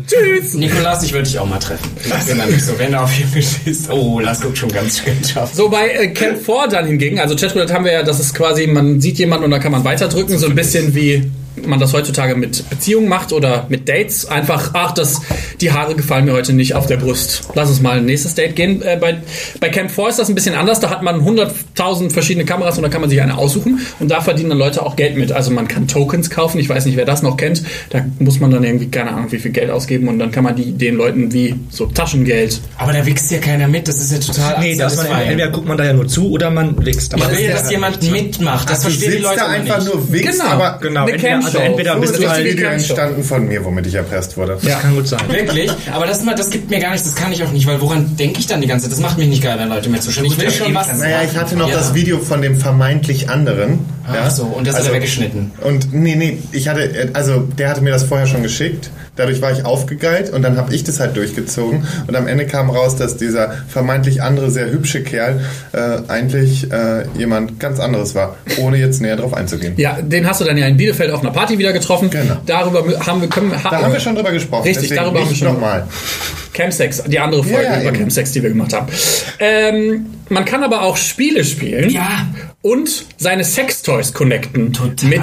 Tschüss.
Nikolas, ich würde dich auch mal treffen. Ich bin nämlich so, wenn er auf jeden Fall schießt. Oh, Lars guckt schon ganz schön scharf.
So, bei äh, Camp 4 dann hingegen, also Chatroulette haben wir ja, das ist quasi, man sieht jemanden und dann kann man weiterdrücken, so ein bisschen wie man das heutzutage mit Beziehungen macht oder mit Dates. Einfach, ach, das, die Haare gefallen mir heute nicht auf der Brust. Lass uns mal ein nächstes Date gehen. Äh, bei, bei Camp 4 ist das ein bisschen anders. Da hat man 100.000 verschiedene Kameras und da kann man sich eine aussuchen. Und da verdienen dann Leute auch Geld mit. Also man kann Tokens kaufen. Ich weiß nicht, wer das noch kennt. Da muss man dann irgendwie, keine Ahnung, wie viel Geld ausgeben. Und dann kann man die, den Leuten wie so Taschengeld.
Aber da wächst ja keiner mit, das ist ja total
Nee, da ist man,
satisfying.
entweder guckt man da ja nur zu oder man wächst. Aber
Ich will, dass jemand mitmacht. Das
Du
verstehen die
sitzt
Leute
da
aber
einfach
nicht.
nur wichst,
Genau,
aber
genau,
eine
entweder, also
Camshow.
entweder
So
bist
das
du
die
ist ein
halt.
Video
Camshow.
entstanden von mir, womit ich erpresst wurde.
Das kann gut sein.
Wirklich? Aber das, ist mal- das gibt mir gar nichts, das kann ich auch nicht, weil woran denke ich dann die ganze Zeit? Das macht mich nicht geil, wenn Leute mir zuschauen. Ich will schon was.
Naja, ich hatte noch
Ja.
das Video von dem vermeintlich anderen. Also
Ach so, und das hat er weggeschnitten.
Und nee, nee, ich hatte, äh, also der hatte mir das vorher schon geschickt. Dadurch war ich aufgegeilt und dann habe ich das halt durchgezogen. Und am Ende kam raus, dass dieser vermeintlich andere, sehr hübsche Kerl äh, eigentlich äh, jemand ganz anderes war, ohne jetzt näher drauf einzugehen.
Ja, den hast du dann ja in Bielefeld auf einer Party wieder getroffen.
Genau.
Darüber mü- haben wir, können,
Da haben wir schon drüber gesprochen.
Richtig,
deswegen
darüber haben wir
nicht
schon-
nochmal.
Campsex, die andere Folge
Ja, ja,
über
eben.
Campsex, die wir gemacht haben. Ähm, man kann aber auch Spiele spielen
Ja.
und seine Sextoys connecten
Total.
mit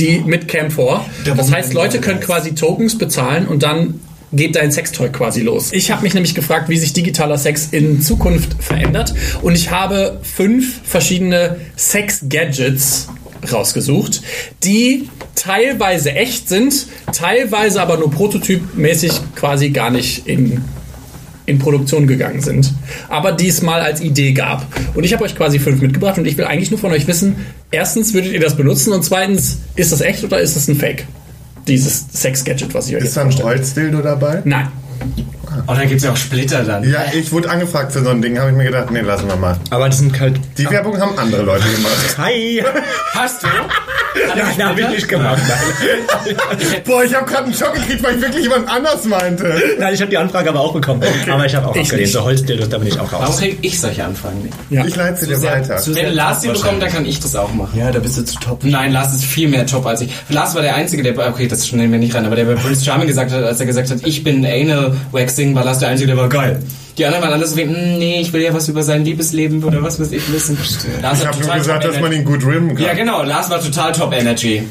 die mit Camp 4.
Da
Das
braucht
heißt,
man
Leute
gar
können
nichts.
quasi Tokens bezahlen und dann geht dein Sextoy quasi los. Ich habe mich nämlich gefragt, wie sich digitaler Sex in Zukunft verändert und ich habe fünf verschiedene Sex-Gadgets rausgesucht, die teilweise echt sind, teilweise aber nur prototypmäßig quasi gar nicht in in Produktion gegangen sind, aber diesmal als Idee gab. Und ich habe euch quasi fünf mitgebracht und ich will eigentlich nur von euch wissen, erstens, würdet ihr das benutzen und zweitens, ist das echt oder ist das ein Fake? Dieses Sex-Gadget, was ich euch
Ist
jetzt
da ein
vorstelle.
Holzdildo dabei?
Nein.
Oh, da gibt es ja auch Splitter dann.
Ja, ich wurde angefragt für so ein Ding, habe ich mir gedacht, nee, lassen wir mal.
Aber das sind halt.
Die Werbung haben andere Leute gemacht.
Hi!
Hast du?
Ja,
Hat er
na, hab ich
Splitter?
nicht gemacht. Nein,
Boah, ich habe gerade einen Schock gekriegt, weil ich wirklich jemand anders meinte.
nein ich habe die Anfrage aber auch bekommen. Aber ich habe auch
Ich
abgelehnt.
nicht.
So Holzdildos, da bin ich auch
Warum
raus.
kriege ich solche Anfragen nicht?
Ja.
Ich leite dir weiter.
Wenn Lars die bekommt, dann kann ich das auch machen. Ja, da bist du zu top. Nein, Lars ist viel mehr top als ich. Lars war der Einzige, der bei, okay, das nehmen wir nicht rein, aber der bei Prince Charming gesagt hat, als er gesagt hat, ich bin Anal Waxing, war Lars der Einzige, der war geil. Die anderen waren alle so wie, "Mm, nee, ich will ja was über sein Liebesleben oder was weiß ich wissen. Lars hat
Ich habe nur
total
gesagt,
top
dass man
Energy.
ihn gut rimmen kann.
Ja, genau, Lars war total top Energy.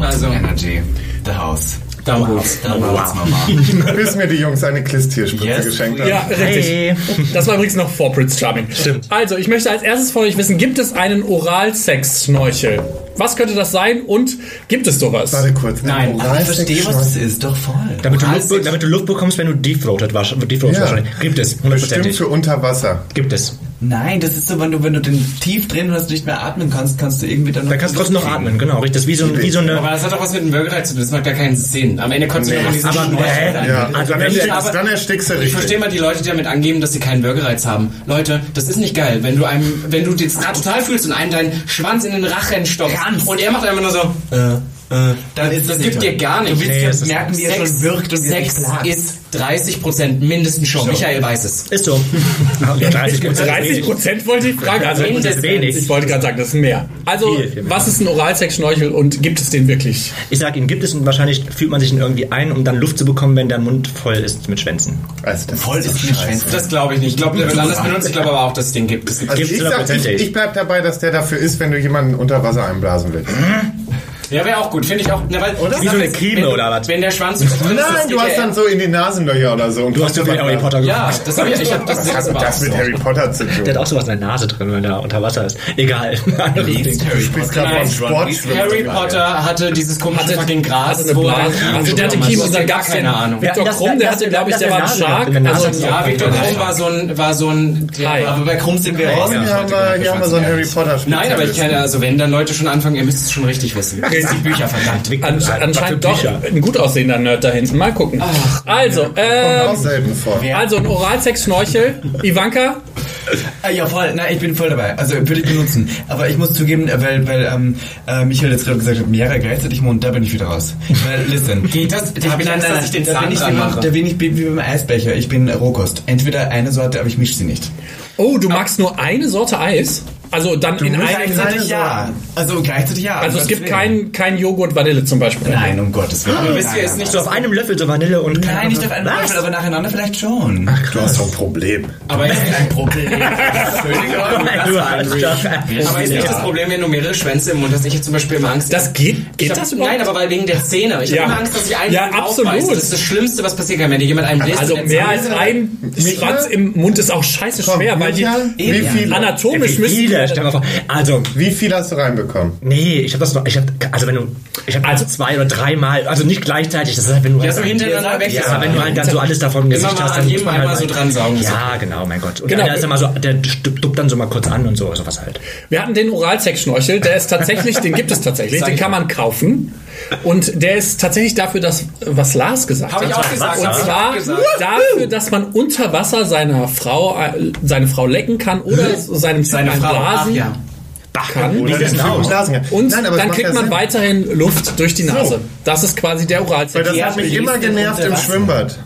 Also,
Energy. The House.
da war's. Da war's.
Bis mir die Jungs eine Klistierspritze
Yes.
geschenkt haben.
Ja, Ah, richtig. Das war übrigens noch vor Prince Charming. Stimmt. Also, ich möchte als erstes von euch wissen, gibt es einen Oralsex-Schnorchel? Was könnte das sein und gibt es sowas?
Warte kurz. Oh,
Nein,
ein
Ich verstehe, was das
Oralsex-Schnorchel.
ist. Doch voll.
Damit du,
Oralsex-
Luft, damit du Luft bekommst, wenn du defrotest wahrscheinlich.
Ja.
wahrscheinlich. Gibt es,
Bestimmt
hundertprozentig.
für Unterwasser.
Gibt es.
Nein, das ist so, wenn du, wenn du den tief drin hast, nicht mehr atmen kannst, kannst du irgendwie dann noch.
Da kannst du trotzdem noch atmen, genau. Richtig. Das ist wie so, ein- wie so
Aber
eine...
das hat doch was mit dem Würgereiz zu tun, das macht gar keinen Sinn. Am Ende konntest du
Nee.
doch diesen
Aber-
Schnorchel rein.
Ja,
Also
dann,
wenn
erstickst-
ich- aber-
dann erstickst du
Ich
richtig.
verstehe mal die Leute, die damit angeben, dass sie keinen Würgereiz haben. Leute, das ist nicht geil. Wenn du einem, wenn du jetzt gerade total fühlst und einem deinen Schwanz in den Rachen stopfst
Ganz.
und er macht einfach nur so,
Äh, dann ist
das gibt dir gar nichts.
Du willst
Nee,
ja
es ist-
merken, wie er schon wirkt und wie er dich
Sex
plagt.
ist 30 Prozent mindestens Show. Michael weiß es.
Ist so. Ja, 30
30 Prozent wollte ich fragen. Also,
Mindestens.
Ich wollte gerade sagen, das ist mehr. Also,
Viel, viel mehr.
was ist ein Oralsex-Schnorchel und gibt es den wirklich?
Ich sag Ihnen, gibt es und wahrscheinlich fühlt man sich ihn irgendwie ein, um dann Luft zu bekommen, wenn der Mund voll ist mit Schwänzen.
Also, das
Voll ist mit Schwänzen.
Das glaube ich nicht. Ich glaube, der wird anders benutzt. Ich glaube aber auch, dass es den gibt. Es gibt
Also
Gibt's
ich, sag, ich,
100%.
ich bleib dabei, dass der dafür ist, wenn du jemanden unter Wasser einblasen willst.
ja, wäre auch gut. Finde ich auch. Na, weil,
Oder?
die
Wie so
Sache
eine
ist,
Creme
wenn du-
oder was?
Wenn der Schwanz drin ist, das
Nein,
geht
du hast
ja-
dann so in die Nasenlöcher oder so. Und
Du hast ja wieder Harry Potter
Ja,
gemacht.
das habe ich. Ich habe das,
Was hat denn das mit Harry Potter zu
Der
tun?
hat auch sowas in der Nase drin, wenn er unter Wasser ist. Egal.
Liest
Du
Harry
sprichst
Potter.
gerade
Nein,
vom Sport.
Harry Potter hatte dieses komische fucking Gras,
hatte eine
wo er-
Blase. Also, der hatte
Mann,
Kiemen
ich
und dann
hab
gab's
keine
den-
Ahnung.
Victor
das-
Krumm,
das-
der hatte,
das-
glaube ich,
das-
der war ein
das-
Shark.
das- das- das-
Also,
Ja, Victor
Ja,
Krumm war so ein, war so ein,
Hi.
der, aber bei Krumm sind wir raus.
Draußen haben wir, hier haben wir so einen Harry Potter Spezialisten.
Nein, aber ich kenne, also wenn dann Leute schon anfangen, ihr müsst es schon richtig wissen. Das sind die Bücher, verdammt.
An, anscheinend doch ein gut aussehender Nerd da hinten. Mal gucken. also,
Auch
ähm,
selten vor.
also ein Oralsex-Schnorchel. Ivanka,
Ah, Ja, voll. Na, ich bin voll dabei. Also würde ich benutzen. Aber ich muss zugeben, äh, weil, weil ähm, äh, Michael jetzt gerade gesagt hat, mehrere gleichzeitig Mund, da bin ich wieder raus. Weil, listen.
Geht das? Da hab ich Angst, dass ich den
da
Zahn
bin ich
dran mache.
jemand, da bin ich wie wie beim Eisbecher. Ich bin Rohkost. Entweder eine Sorte, aber ich mische sie nicht.
oh, du magst nur eine Sorte Eis? Also dann in einem
Gleichzeitig ja. Also gleichzeitig ja.
Also es
Das
gibt
will-
keinen kein Joghurt Vanille zum Beispiel.
Nein, um Gottes Willen. Aber
Wisst ihr, ist nicht so auf einem Löffel so Vanille und
Nein, nicht auf einen
Was?
Löffel, aber nacheinander vielleicht schon.
Du hast doch ein Problem.
Aber ist,
Ein Problem.
Du hast doch-
aber ist nicht das Problem, wenn du mehrere Schwänze im Mund hast? Ich hab zum Beispiel immer Angst.
Das geht,
ich
geht
hab,
das überhaupt?
nein, aber weil wegen der Zähne. Ich
Ja.
habe immer Angst, dass ich einen
Ja,
Zahn
absolut.
aufbeiße. Das ist das Schlimmste, was passieren kann, wenn dir jemand einen bläst.
also
und der
mehr
Zahn-
als ein Schwanz im Mund ist auch scheiße
Komm,
schwer, weil die
Michael, wie viel-
anatomisch
Wie viele? Stell mal vor. Also,
Wie viel hast du reinbekommen?
nee, ich habe das noch. Ich hab, also, wenn du. Ich habe also zwei oder dreimal. Also nicht gleichzeitig. Das ist halt, wenn du.
Ja, so hintereinander weg.
Ja, wenn du halt dann so alles davon im Gesicht
mal
hast,
an
dann muss
jedem
man halt
einmal so dran saugen.
Ja, genau, mein Gott. Und
Genau.
genau. der ist immer so, der duckt duckt dann so mal kurz an und so, sowas halt.
Wir hatten den Oralsex-Schnorchel, der ist tatsächlich, den gibt es tatsächlich, den kann man kaufen. Und der ist tatsächlich dafür, dass, was Lars gesagt
Hab
hat.
ich auch gesagt,
Und
hab ich
zwar
auch gesagt.
dafür, dass man unter Wasser seiner Frau, äh, seine Frau lecken kann oder seinem
Seine
ein
Frau. Ach,
Blasen
ja.
kann.
Wie sieht's denn aus?
Und
Nein, aber es
dann
macht
kriegt
ja
man
Sinn.
weiterhin Luft durch die Nase. Das ist quasi der
Weil
Oralsex.
das hat mich immer genervt im Schwimmbad.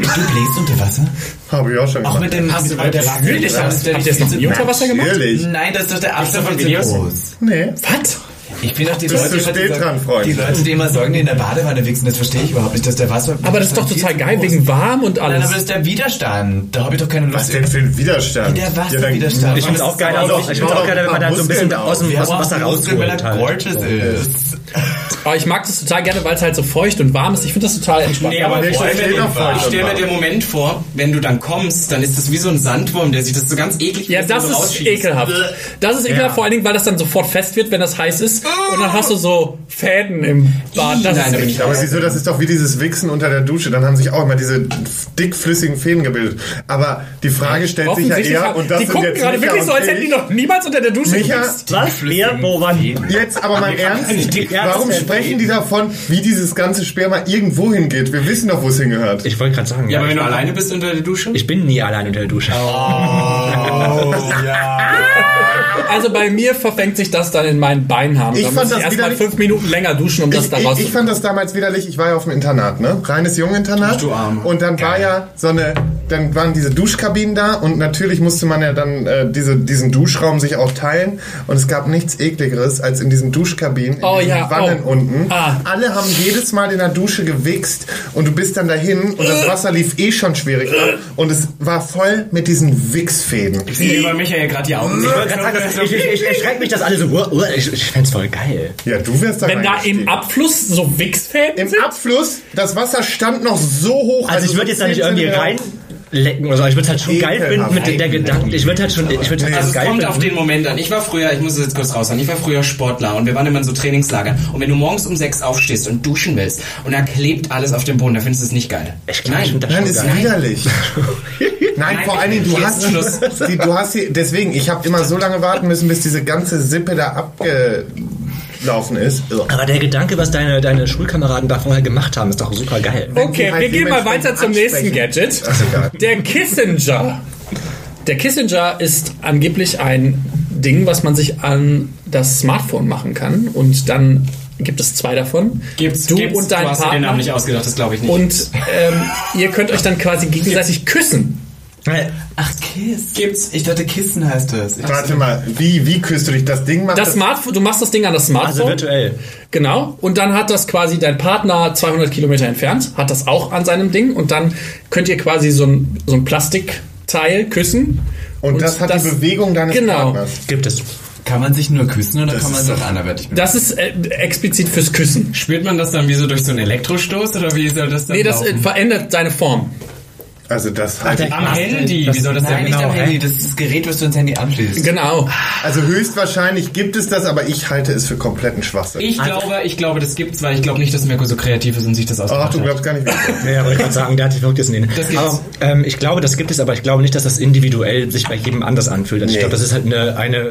Du bläst unter Wasser?
Habe ich auch schon
Auch
gemacht.
mit dem
Hast du
mit der Wasser.
wirklich Angst, der
Habt ihr das noch nie unter Wasser gemacht? Mhm.
Natürlich.
Nein, das ist doch der Abstand
von
von
Videos?
Videos. Groß.
Nee.
Was?
Ich bin doch die
Bist du
die
spät
sagen-
dran, Freund.
Die Leute, die immer sagen, die in der Badewanne wichsen, das verstehe ich überhaupt nicht, dass der Wasser.
Aber das ist doch
viel
total
zu
geil,
groß.
wegen warm und
Nein, aber das
alles.
ist der Widerstand. Da habe ich doch keine
Was
Lust.
denn für ein Widerstand?
Der
dann-
Wasserwiderstand.
Ich finde es auch geil, also, ich find's auch geil, wenn man da so ein bisschen aus dem
Wir
Wasser,
brauchen
Wasser
Muskeln,
rausholt.
Weil er
Halt.
gorgeous ist.
Aber ich mag das total gerne, weil es halt so feucht und warm ist. Ich finde das total entspannt.
Nee, aber
Nee, ich
ich
verstehe doch voll.
stelle mir den Moment vor, wenn du dann kommst, dann ist das wie so ein Sandwurm, der sieht das so ganz eklig
Ja,
wenn du
das
so
ist
rausschießt.
ekelhaft. Das ist ekelhaft, vor allen Dingen, weil das dann sofort fest wird, wenn das heiß ist. Und dann hast du so Fäden im Bad. Ah,
Nein,
Das
da
ist
bin ich
ekelhaft.
Aber wieso, das ist doch wie dieses Wichsen unter der Dusche. Dann haben sich auch immer diese dickflüssigen Fäden gebildet. Aber die Frage stellt sich ja
Offensichtlich
eher,
haben,
und das
die
sind
gucken
jetzt
gerade
Micha
wirklich so,
und
als hätten die
ich.
noch niemals unter der Dusche
Micha,
gewichst.
Was? Wer? Wo? Wann?
Jetzt aber mal im Ernst, warum sprechen die davon, wie dieses ganze Sperma irgendwo hingeht? Wir wissen doch, wo es hingehört.
Ich wollte gerade sagen.
Ja, aber
ich
wenn du
war-
alleine bist unter der Dusche?
Ich bin nie allein unter der Dusche.
Oh, ja.
Also bei mir verfängt sich das dann in meinen Beinhaaren.
Ich
dann
fand
muss ich
das
erstmal
widerlich.
fünf Minuten länger duschen, um das
Ich,
da
ich, ich
rauszuholen.
fand das damals widerlich. Ich war ja auf dem Internat, ne? Reines Junginternat.
du Arme.
Und dann war ja so eine, dann waren diese Duschkabinen da und natürlich musste man ja dann äh, diese, diesen Duschraum sich auch teilen. Und es gab nichts ekligeres als in diesen Duschkabinen, in
Oh
diesen
ja,
Wannen
oh.
unten.
Ah.
Alle haben jedes Mal in der Dusche gewichst und du bist dann dahin und
Äh.
das Wasser lief eh schon schwierig ab und es war voll mit diesen Wichsfäden.
Ich sehe über Michael gerade die Augen.
Ich wollte gerade sagen, ich, ich, ich erschrecke mich, dass alle so. uh, uh, Ich, ich fänd's voll geil.
Ja, du wirst da
Wenn da
reingestiegen.
im Abfluss so Wichsfäden
Im
sind.
Abfluss, das Wasser stand noch so hoch.
Also, ich würde
so
jetzt da nicht
10
irgendwie
Zentimeter.
reinlecken oder so. Ich würde halt schon geil finden mit der Gedanken. Ich würde halt schon. Ich würde halt
Also es
geil
kommt auf
finden.
den Moment an. Ich war früher, ich muss es jetzt kurz raushören, ich war früher Sportler und wir waren immer in so Trainingslagern. Und wenn du morgens um sechs aufstehst und duschen willst und dann klebt alles auf dem Boden, dann findest du es nicht geil.
Ich glaub, ich find das
Nein,
schon
ist
Oh, geil.
widerlich. Nein,
Nein,
vor allen Dingen, du
jetzt
hast,
Schluss.
die, du hast die, deswegen, ich habe immer so lange warten müssen, bis diese ganze Sippe da abgelaufen ist.
Aber der Gedanke, was deine, deine Schulkameraden da vorher gemacht haben, ist doch super geil.
Okay, wir gehen mal weiter zum nächsten Gadget.
egal.
Der Kissinger. Der Kissinger ist angeblich ein Ding, was man sich an das Smartphone machen kann. Und dann gibt es zwei davon.
Gibt's,
du
gibt's,
und dein
du hast dir den
Partner.
Namen nicht ausgedacht, das glaube ich nicht.
und ähm, ihr könnt euch dann quasi gegenseitig küssen.
Äh,
Ach, Kiss. Gibt's. Ich dachte, Kissen heißt das. Ich
Warte mal, wie, wie küsst du dich? Das Ding macht
Das Smartphone, du machst das Ding an das Smartphone.
Also virtuell.
Genau. Und dann hat das quasi dein Partner 200 Kilometer entfernt, hat das auch an seinem Ding. Und dann könnt ihr quasi so ein, so ein Plastikteil küssen.
Und das hat die Bewegung deines
Genau.
Partners.
Gibt es.
Kann man sich nur küssen oder kann man sich auch anderweitig
Das ist äh, explizit fürs Küssen.
Spürt man das dann wie so durch so einen Elektrostoß oder wie soll das dann
Nee, das äh,
laufen?
verändert deine Form.
Also das halt,
Am Handy, wie soll das
Nein,
denn
nicht
genau?
am Handy. Das ist das Gerät, was du ins Handy anschließt.
Genau.
also höchstwahrscheinlich gibt es das, aber ich halte es für kompletten Schwachsinn.
Ich glaube, ich glaube, das gibt's, weil ich glaube nicht, dass Mirko so kreativ ist und sich das ausgedacht
Ach, du
hat.
glaubst gar nicht, wie es ist.
Ja, aber ich kann sagen, der hat die verrücktesten Ideen.
gibt's.
Aber ähm, ich glaube, das gibt es, aber ich glaube nicht, dass das individuell sich bei jedem anders anfühlt. Also
Nee.
ich glaube, das ist halt eine, eine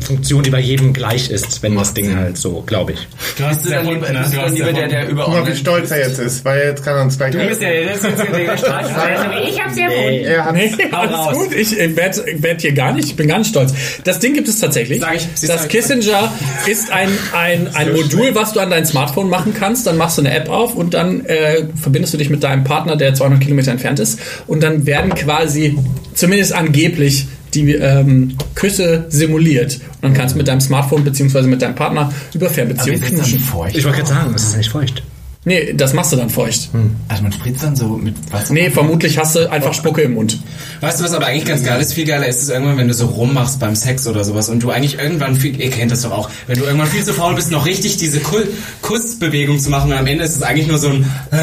Funktion, die bei jedem gleich ist, wenn das Ding halt so, glaube ich.
ne? Du hast
Bist du dann lieber, bist du dann lieber der, der über
Guck mal, wie
online-
stolz er jetzt ist, weil jetzt kann er uns gleich...
Oh, Du bist ja das ist jetzt hier der
Also
Straßenverkehr. Ich hab's ja wohl.
er hat,
Nee,
Hau
alles
raus.
gut. Ich äh, werd, werd hier gar nicht. Ich bin ganz stolz. Das Ding gibt es tatsächlich.
Sag ich, sie
das
sagt-
Kissinger ist ein, ein, ein Modul, was du an dein Smartphone machen kannst. Dann machst du eine App auf und dann äh, verbindest du dich mit deinem Partner, der 200 Kilometer entfernt ist. Und dann werden quasi, zumindest angeblich, die ähm, Küsse simuliert. Und dann kannst du mit deinem Smartphone bzw. mit deinem Partner über Fernbeziehung
ist das dann
knutschen.
feucht?
Ich wollte gerade sagen, es ist nicht feucht.
Nee, das machst du dann feucht.
Also man spritzt dann so mit Wasser.
Nee, vermutlich hast du einfach Spucke im Mund.
Weißt du, was aber eigentlich ganz geil ist? Viel geiler ist es irgendwann, wenn du so rummachst beim Sex oder sowas und du eigentlich irgendwann viel, ihr kennt das doch auch, wenn du irgendwann viel zu faul bist, noch richtig diese Ku- Kussbewegung zu machen und am Ende ist es eigentlich nur so ein, äh,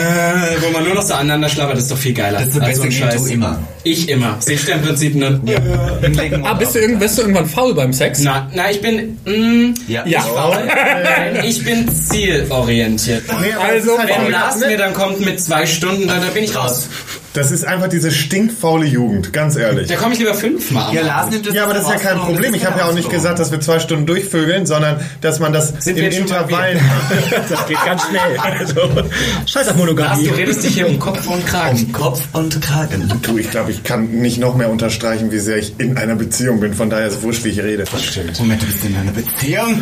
wo man nur noch so aneinander schlabbert, das ist doch viel geiler.
Das ist der
als so
beste
ein
Gag, du immer.
Ich immer. Siehst du im Prinzip ne?
Ah, bist du, irgend, bist du irgendwann faul beim Sex?
Na, na, ich bin, mm,
Ja.
Ja.
Nein, ich bin zielorientiert.
Nee, aber
Also,
das, ist halt
Wenn Lars
schon,
mir dann kommt mit zwei Stunden, dann, dann bin ich raus.
das ist einfach diese stinkfaule Jugend, ganz ehrlich.
Da komme ich lieber fünfmal.
Ja, Lars nimmt das
Ja, aber das ist ja kein
raus,
Problem.
das ist
Ich habe ja auch nicht gesagt, dass wir zwei Stunden durchvögeln, sondern dass man das
Sind wir
in
jetzt schon beim
Intervallen.
Das geht ganz schnell. Also, scheiß auf
Lars,
Monogamie.
du redest dich hier um Kopf und Kragen.
Kopf und Kragen.
Du, ich glaube, ich kann nicht noch mehr unterstreichen, wie sehr ich in einer Beziehung bin. Von daher ist es wurscht, wie ich rede.
Moment, du bist in einer Beziehung.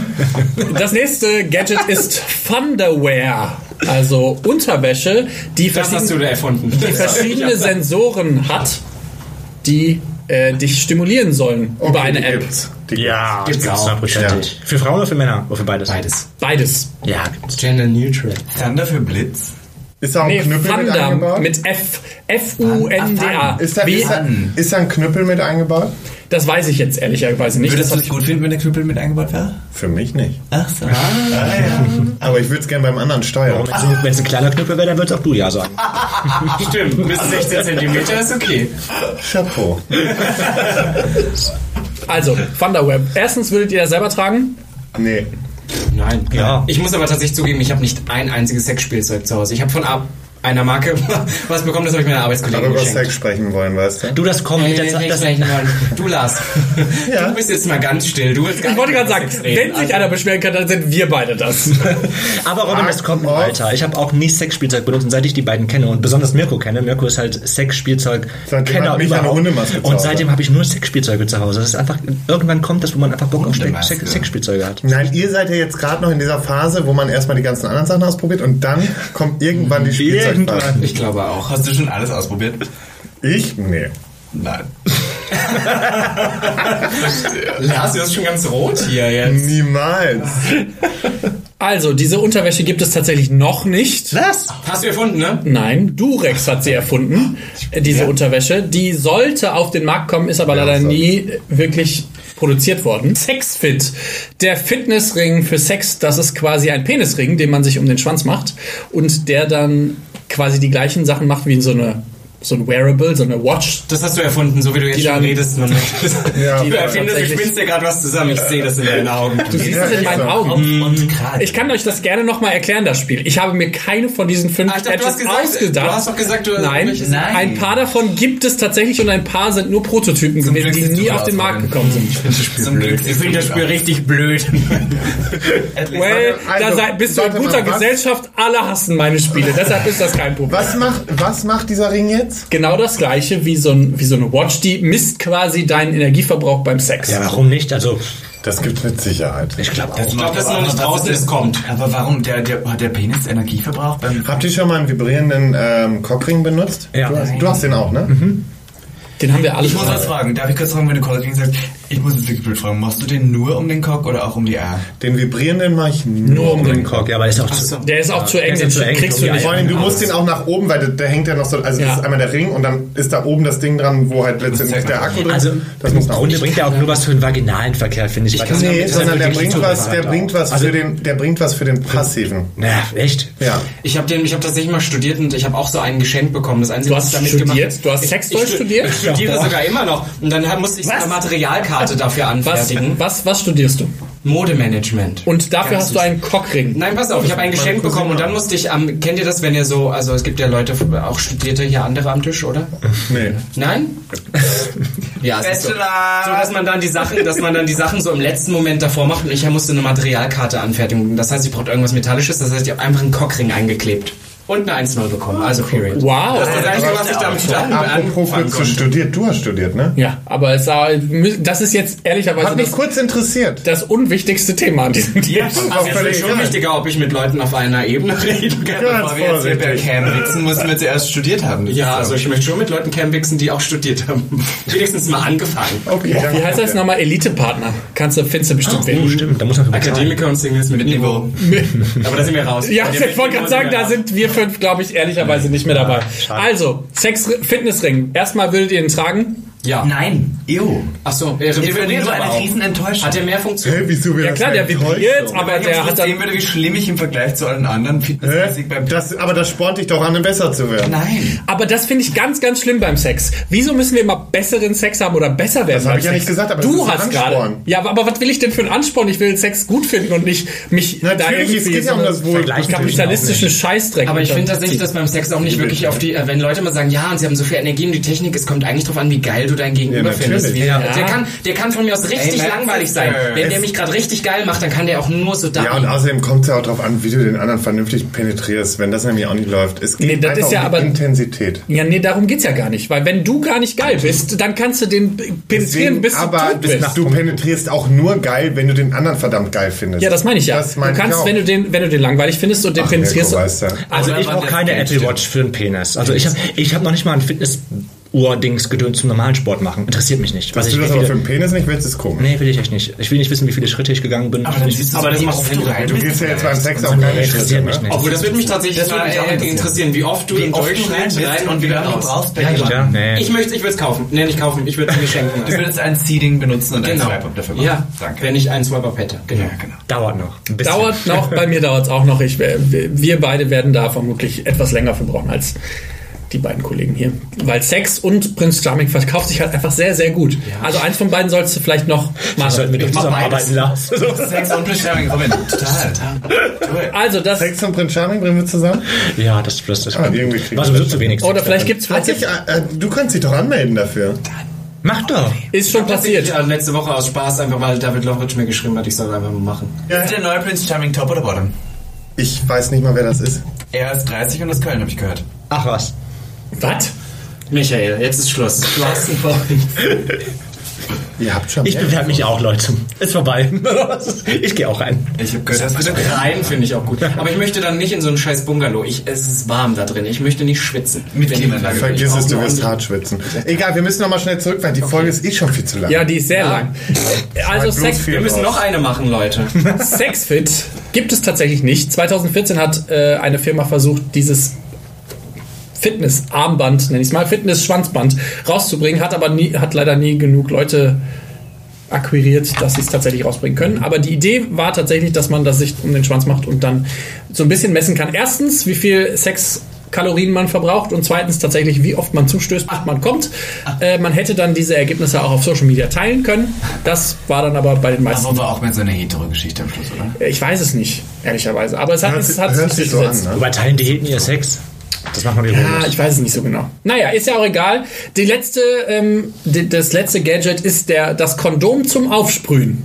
Das nächste Gadget ist Thunderwear, also Unterwäsche, die
Das hast du
verschiedene,
da erfunden.
die verschiedene
Ich hab's-
Sensoren hat, die äh, dich stimulieren sollen über eine
die
App.
gibt's. Die
Ja,
Gibt's auch.
hundertprozentig. Für Frauen oder für Männer? Oder für beides?
Beides.
Beides.
Ja, gibt's.
Gender neutral.
Thunder für Blitz.
Ist da auch ein
Nee,
Knüppel mit
Thunder
eingebaut?
mit F. F-U-N-D-A.
ist, da,
Wie-
ist, da, ist da ein Knüppel mit eingebaut?
Das weiß ich jetzt ehrlicherweise nicht. Das
Würdest du
hab
es
ich
gut finden, wenn der Knüppel mit eingebaut wäre?
Für mich nicht. Ah,
Ach so.
Aber ich würde es gerne beim anderen steuern.
Wenn es ein kleiner Knüppel wäre, dann würdest auch du ja sagen.
Stimmt, bis 16 cm ist okay.
Chapeau.
also, Thunderweb. Erstens würdet ihr das selber tragen.
Nee.
Nein.
Ja.
Ich muss aber tatsächlich zugeben, ich habe nicht ein einziges Sexspielzeug zu Hause. Ich habe von ab einer Marke was bekommen, das habe ich meiner Arbeitskollegin
Aber über
geschenkt.
Sex sprechen wollen, weißt du?
Du, das
Äh,
kommt
Nee,
mit
nee, nee,
der Zeit.
ich
Das,
spreche Äh, nicht mal. Du Lars,
Ja.
du bist jetzt mal ganz still. Du willst gar
Ich wollte
nicht
gerade
über
sagen,
Sex reden.
wenn
Also-
sich einer beschweren kann, dann sind wir beide das.
aber Robin, das kommt im
Fuck off.
Alter. Ich habe auch nie Sexspielzeug benutzt, und seit ich die beiden kenne und besonders Mirko kenne. Mirko ist halt
Seitdem
Sexspielzeug-Kenner
hat mich eine Hundemaske zu
Und
Hause.
seitdem habe ich nur Sexspielzeuge zu Hause. Das ist einfach, irgendwann kommt das, wo man einfach Bock auf Sex,
Hundemaske.
Sex, Sexspielzeuge hat.
Nein, ihr seid ja jetzt gerade noch in dieser Phase, wo man erstmal die ganzen anderen Sachen ausprobiert und dann kommt irgendwann die Spielzeugphase.
Ich glaube auch.
Hast du schon alles ausprobiert?
Ich? Nee.
Nein.
Lars, du bist schon ganz rot hier jetzt.
Niemals.
Also, diese Unterwäsche gibt es tatsächlich noch nicht.
Was?
Hast du erfunden, ne?
Nein, Durex hat sie erfunden, äh, diese Unterwäsche. Die sollte auf den Markt kommen, ist aber leider nie äh, wirklich produziert worden. Sexfit, der Fitnessring für Sex, das ist quasi ein Penisring, den man sich um den Schwanz macht und der dann quasi die gleichen Sachen macht wie so eine so ein Wearable, so eine Watch.
Das hast du erfunden, so wie du jetzt
Die
schon
dann-
redest. Man
Ja,
du
aber
erfindest, du
tatsächlich-
spinnst dir gerade was zusammen. Ich sehe das in deinen Augen.
Du siehst
Ja,
es in
ist
meinen
so.
Augen.
Mhm.
Und Kragen.
Ich kann euch das gerne nochmal erklären, das Spiel. Ich habe mir keine von diesen fünf
Ah, ich dachte, du hast
Gadgets
gesagt-
ausgedacht.
du hast doch gesagt, du-
nein,
welches-
Nein.
ein paar davon gibt es tatsächlich und ein paar sind nur Prototypen gewesen, die nie auf den Markt gekommen sind.
Zum Glück.
Ich finde das Spiel richtig blöd.
Well,
Also,
da sei, bist du in
warte
guter
mal, was-
Gesellschaft, alle hassen meine Spiele, deshalb ist das kein Problem.
Was macht, was macht dieser Ring jetzt?
Genau das gleiche wie so, ein, wie so eine Watch, die misst quasi deinen Energieverbrauch beim Sex.
Ja, warum nicht? Also,
Das gibt's mit Sicherheit.
ich glaube auch.
Ich
glaub, das ist noch nicht draußen, es kommt.
Aber warum? Der, der, hat der Penis Energieverbrauch beim...
Habt ihr schon mal einen vibrierenden ähm, Cockring benutzt?
Ja.
Du hast, du hast den auch, ne?
Den haben wir alle
Ich muss
schon.
was fragen. Darf ich kurz fragen, wenn du Colin sagst, ich muss jetzt wirklich blöd fragen, machst du den nur um den Cock oder auch um die A?
Den vibrierenden mache ich nur.
Nur um den
Cock, ja, aber ist auch zu.
Der ist auch zu eng,
ist
den
zu eng,
kriegst
um
du
die
nicht.
Vor allem, du musst den auch nach oben, weil da, da hängt ja noch so, also
Ja.
das ist einmal der Ring und dann ist da oben das Ding dran, wo halt letztendlich der Akku drin ist.
Also,
das muss nach
Und
oben.
der bringt ja auch nur was für den vaginalen Verkehr, finde ich. Weil das-
Nee,
das ist
sondern der
ja wirklich
bringt
zu-
was, der
auch.
bringt was für den, der bringt was für den passiven.
Na, echt?
Ja.
Ich habe den, ich habe tatsächlich mal studiert und ich habe auch so einen Geschenk bekommen. Das Einzige,
Du hast
was ich damit
studiert?
gemacht
Du hast
ich-
Sexdeutsch
ich stu-
studiert?
Ich studiere
Ja.
sogar immer noch. Und dann hab- musste ich so eine Materialkarte dafür
Was,
anfertigen.
was, was studierst du?
Modemanagement.
Und dafür hast du einen Cockring.
Nein, pass auf, ich habe ein Geschenk bekommen und dann musste ich am. Kennt ihr das, wenn ihr so, also es gibt ja Leute, auch Studierte hier andere am Tisch, oder?
Nee.
Nein? ja, es ist so. so,
Bachelor!
dass man dann die Sachen, dass man dann die Sachen so im letzten Moment davor macht und ich musste eine Materialkarte anfertigen. Das heißt, ich brauchte irgendwas Metallisches, das heißt, ich habe einfach einen Cockring eingeklebt. und eine 1-0 bekommen. Also period.
Wow.
Das ist das Einzige, was ich damit an,
Apropos
anfangen
kurz
konnte.
studiert, du hast studiert, ne?
Ja, aber es war, das ist jetzt ehrlicherweise
Hat mich
das,
kurz interessiert.
das unwichtigste Thema an diesem Tier.
Also es
völlig
ist schon
egal.
wichtiger, ob ich mit Leuten auf einer Ebene reden kann.
Ganz
Bevor wir jetzt hier bei
vorsichtig.
Cam wichsen, mussten wir zuerst studiert haben. Das
Ja,
ist
also ich möchte schon mit Leuten campixen, die auch studiert haben. Wenigstens mal angefangen.
Okay, danke.
Wie heißt das nochmal? Elite-Partner. Kannst du, findest du bestimmt wen.
stimmt, da muss man für bezahlen.
Akademiker und Singles mit Niveau. Aber da sind wir raus.
Ja,
Bei dem
ich wollte gerade sagen, da sind wir fünf, glaube ich, ehrlicherweise nicht mehr dabei. Also, Sex Fitnessring. Erstmal würdet ihr ihn tragen.
Ja.
Nein, ew.
Ach so, er
Ich bin
vibriert
nur eine
aber auch.
Riesenenttäuschung.
Hat er mehr
Hä,
Funktion?
wieso wir
Ja
das
klar, der
enttäuscht
vibriert,
sind?
aber
Wenn ich
der
am
hat
Schluss sehen
dann...
würde, wie schlimm ich im Vergleich zu allen anderen
Hä?
Fitnessmäßig beim
Das, aber das spornt dich doch an, um besser zu werden.
Nein.
Aber das finde ich ganz, ganz schlimm beim Sex. Wieso müssen wir immer besseren Sex haben oder besser werden? Das
hab ich ja nicht gesagt, aber das
du
ist ein
hast
Ansporn.
gerade. Ja, aber, aber was will ich denn für einen Ansporn? Ich will Sex gut finden und nicht mich da
Natürlich,
irgendwie
es geht ja um
so
das Wohl.
Vergleich kann mich
kapitalistischen Scheißdreck.
Aber ich finde
unterziehen.
tatsächlich, dass beim Sex auch nicht wirklich auf die, äh, wenn Leute mal sagen, ja, und sie haben so viel Energie und die Technik, es kommt eigentlich drauf an, wie geil du dein Gegenüber
Ja, natürlich.
findest.
Ja.
Der, kann, der kann von mir aus richtig
Ey,
langweilig sein.
äh,
Wenn
es-
der mich gerade richtig geil macht, dann kann der auch nur so da.
Ja, und außerdem kommt es ja auch darauf an, wie du den anderen vernünftig penetrierst, wenn das nämlich auch nicht läuft. Es geht
Nee, das
einfach
ist ja
um die
aber-
Intensität.
Ja, nee, darum geht's ja gar nicht. Weil wenn du gar nicht geil bist, dann kannst du den penetrieren, bis du
aber
tot bist.
du penetrierst auch nur geil, wenn du den anderen verdammt geil findest.
Ja, das meine ich ja.
Das meine
du kannst,
ich auch.
wenn du den, wenn du den langweilig findest und den
Ach,
penetrierst.
Mirko, weißt du.
Also
Oder
ich
wann
brauche
der
keine
Film
Apple
stimmt.
Watch für einen Penis. Also ich habe ich hab noch nicht mal ein Fitness-Uhr-Dings gedöns zum normalen Sport machen. Interessiert mich nicht. Was
Dass
ich
du das
wie
aber für
viele,
den Penis nicht willst, ist komisch.
nee, will ich echt nicht. Ich will nicht wissen, wie viele Schritte ich gegangen bin.
Aber dann siehst du
Aber
so,
das
wie
macht
oft
Sinn,
du
weil
rein
du
Du
bist.
gehst ja jetzt beim Sex auch
Nee,
keine Schritte,
interessiert mich
ne?
nicht.
Obwohl, das würde mich tatsächlich
Das würde mich
mal,
auch
äh,
interessieren.
interessieren, wie oft du
Wie
im
oft du rein
Durchschnitt
bist
rein
und
und
wie
wieder
lange du
raus.
brauchst bei
Ja,
jemandem.
ja, nee.
Ich möchte, ich würde es kaufen. Nee, nicht kaufen, ich würde es mir schenken.
Du würdest ein Seeding benutzen und ein Swipe-Up dafür machen.
Genau. Ja,
danke.
wenn ich einen Swipe-Up hätte. Genau.
Genau. ja, genau.
Dauert noch. Ein bisschen.
Dauert noch, bei mir dauert's auch noch. Ich, äh, wir wir beide werden da vermutlich etwas länger für brauchen als die beiden Kollegen hier. Weil Sex und Prinz Charming verkauft sich halt einfach sehr, sehr gut. Also eins von beiden sollst du vielleicht noch
Das
machen.
sollten wir doch zusammenarbeiten lassen.
Sex und Beschreibung, Robin. Total. Total.
Also das.
Sex und Prinz Charming bringen wir zusammen?
Ja, das, das, das
Ah, irgendwie kriegen
war
wir
sowieso
das
zu wenig.
Oder vielleicht gibt's
Hat
vielleicht
sich, äh, du kannst dich doch anmelden dafür.
Mach doch.
ist schon
Ich
passiert.
habe letzte Woche aus Spaß einfach, weil David Lovitch mir geschrieben hat, ich soll einfach mal machen.
Ist der neue Prince Charming top oder bottom?
Ich weiß nicht mal, wer das ist.
Er ist 30 und aus Köln, habe ich gehört.
Ach was.
Was?
Michael, jetzt ist Schluss. Du hast einen Freund.
Ihr habt schon.
Ich
mehr.
bewerbe mich auch, Leute. Ist vorbei. Ich gehe auch rein.
Ich habe gehört, dass du
Rein finde ich auch gut. Aber ich möchte dann nicht in so einen scheiß Bungalow. Ich, es ist warm da drin. Ich möchte nicht schwitzen.
Mit
Wenn ich-
Klimaanlage.
Vergiss
Ich
es, du
brauche
wirst
eine
hart schwitzen. Egal, wir müssen nochmal schnell zurück, weil die Folge ist eh schon viel zu lang.
Ja, die ist sehr lang. Also
bloß
Sex,
viel
Wir müssen
raus.
noch eine machen, Leute.
Sexfit gibt es tatsächlich nicht. 2014 hat äh, eine Firma versucht, dieses Fitness-Armband, nenne ich es mal, Fitness-Schwanzband rauszubringen, hat aber nie, hat leider nie genug Leute akquiriert, dass sie es tatsächlich rausbringen können. Aber die Idee war tatsächlich, dass man das sich um den Schwanz macht und dann so ein bisschen messen kann. Erstens, wie viel Sex Kalorien man verbraucht und zweitens tatsächlich, wie oft man zustößt, bis man kommt. Äh, man hätte dann diese Ergebnisse auch auf Social Media teilen können. Das war dann aber bei den meisten
Aber war auch mehr so eine Hetero-Geschichte am Schluss, oder?
ich weiß es nicht, ehrlicherweise. Aber es hat,
Hört,
es hat
hört
sich
sich so an,
durchgesetzt.
ne?
Wobei teilen die Hilden ihr Sex? Das macht man nicht
Ah, ich weiß es nicht so genau. Naja, ist ja auch egal. Die letzte, ähm, die, das letzte Gadget ist der, das Kondom zum Aufsprühen.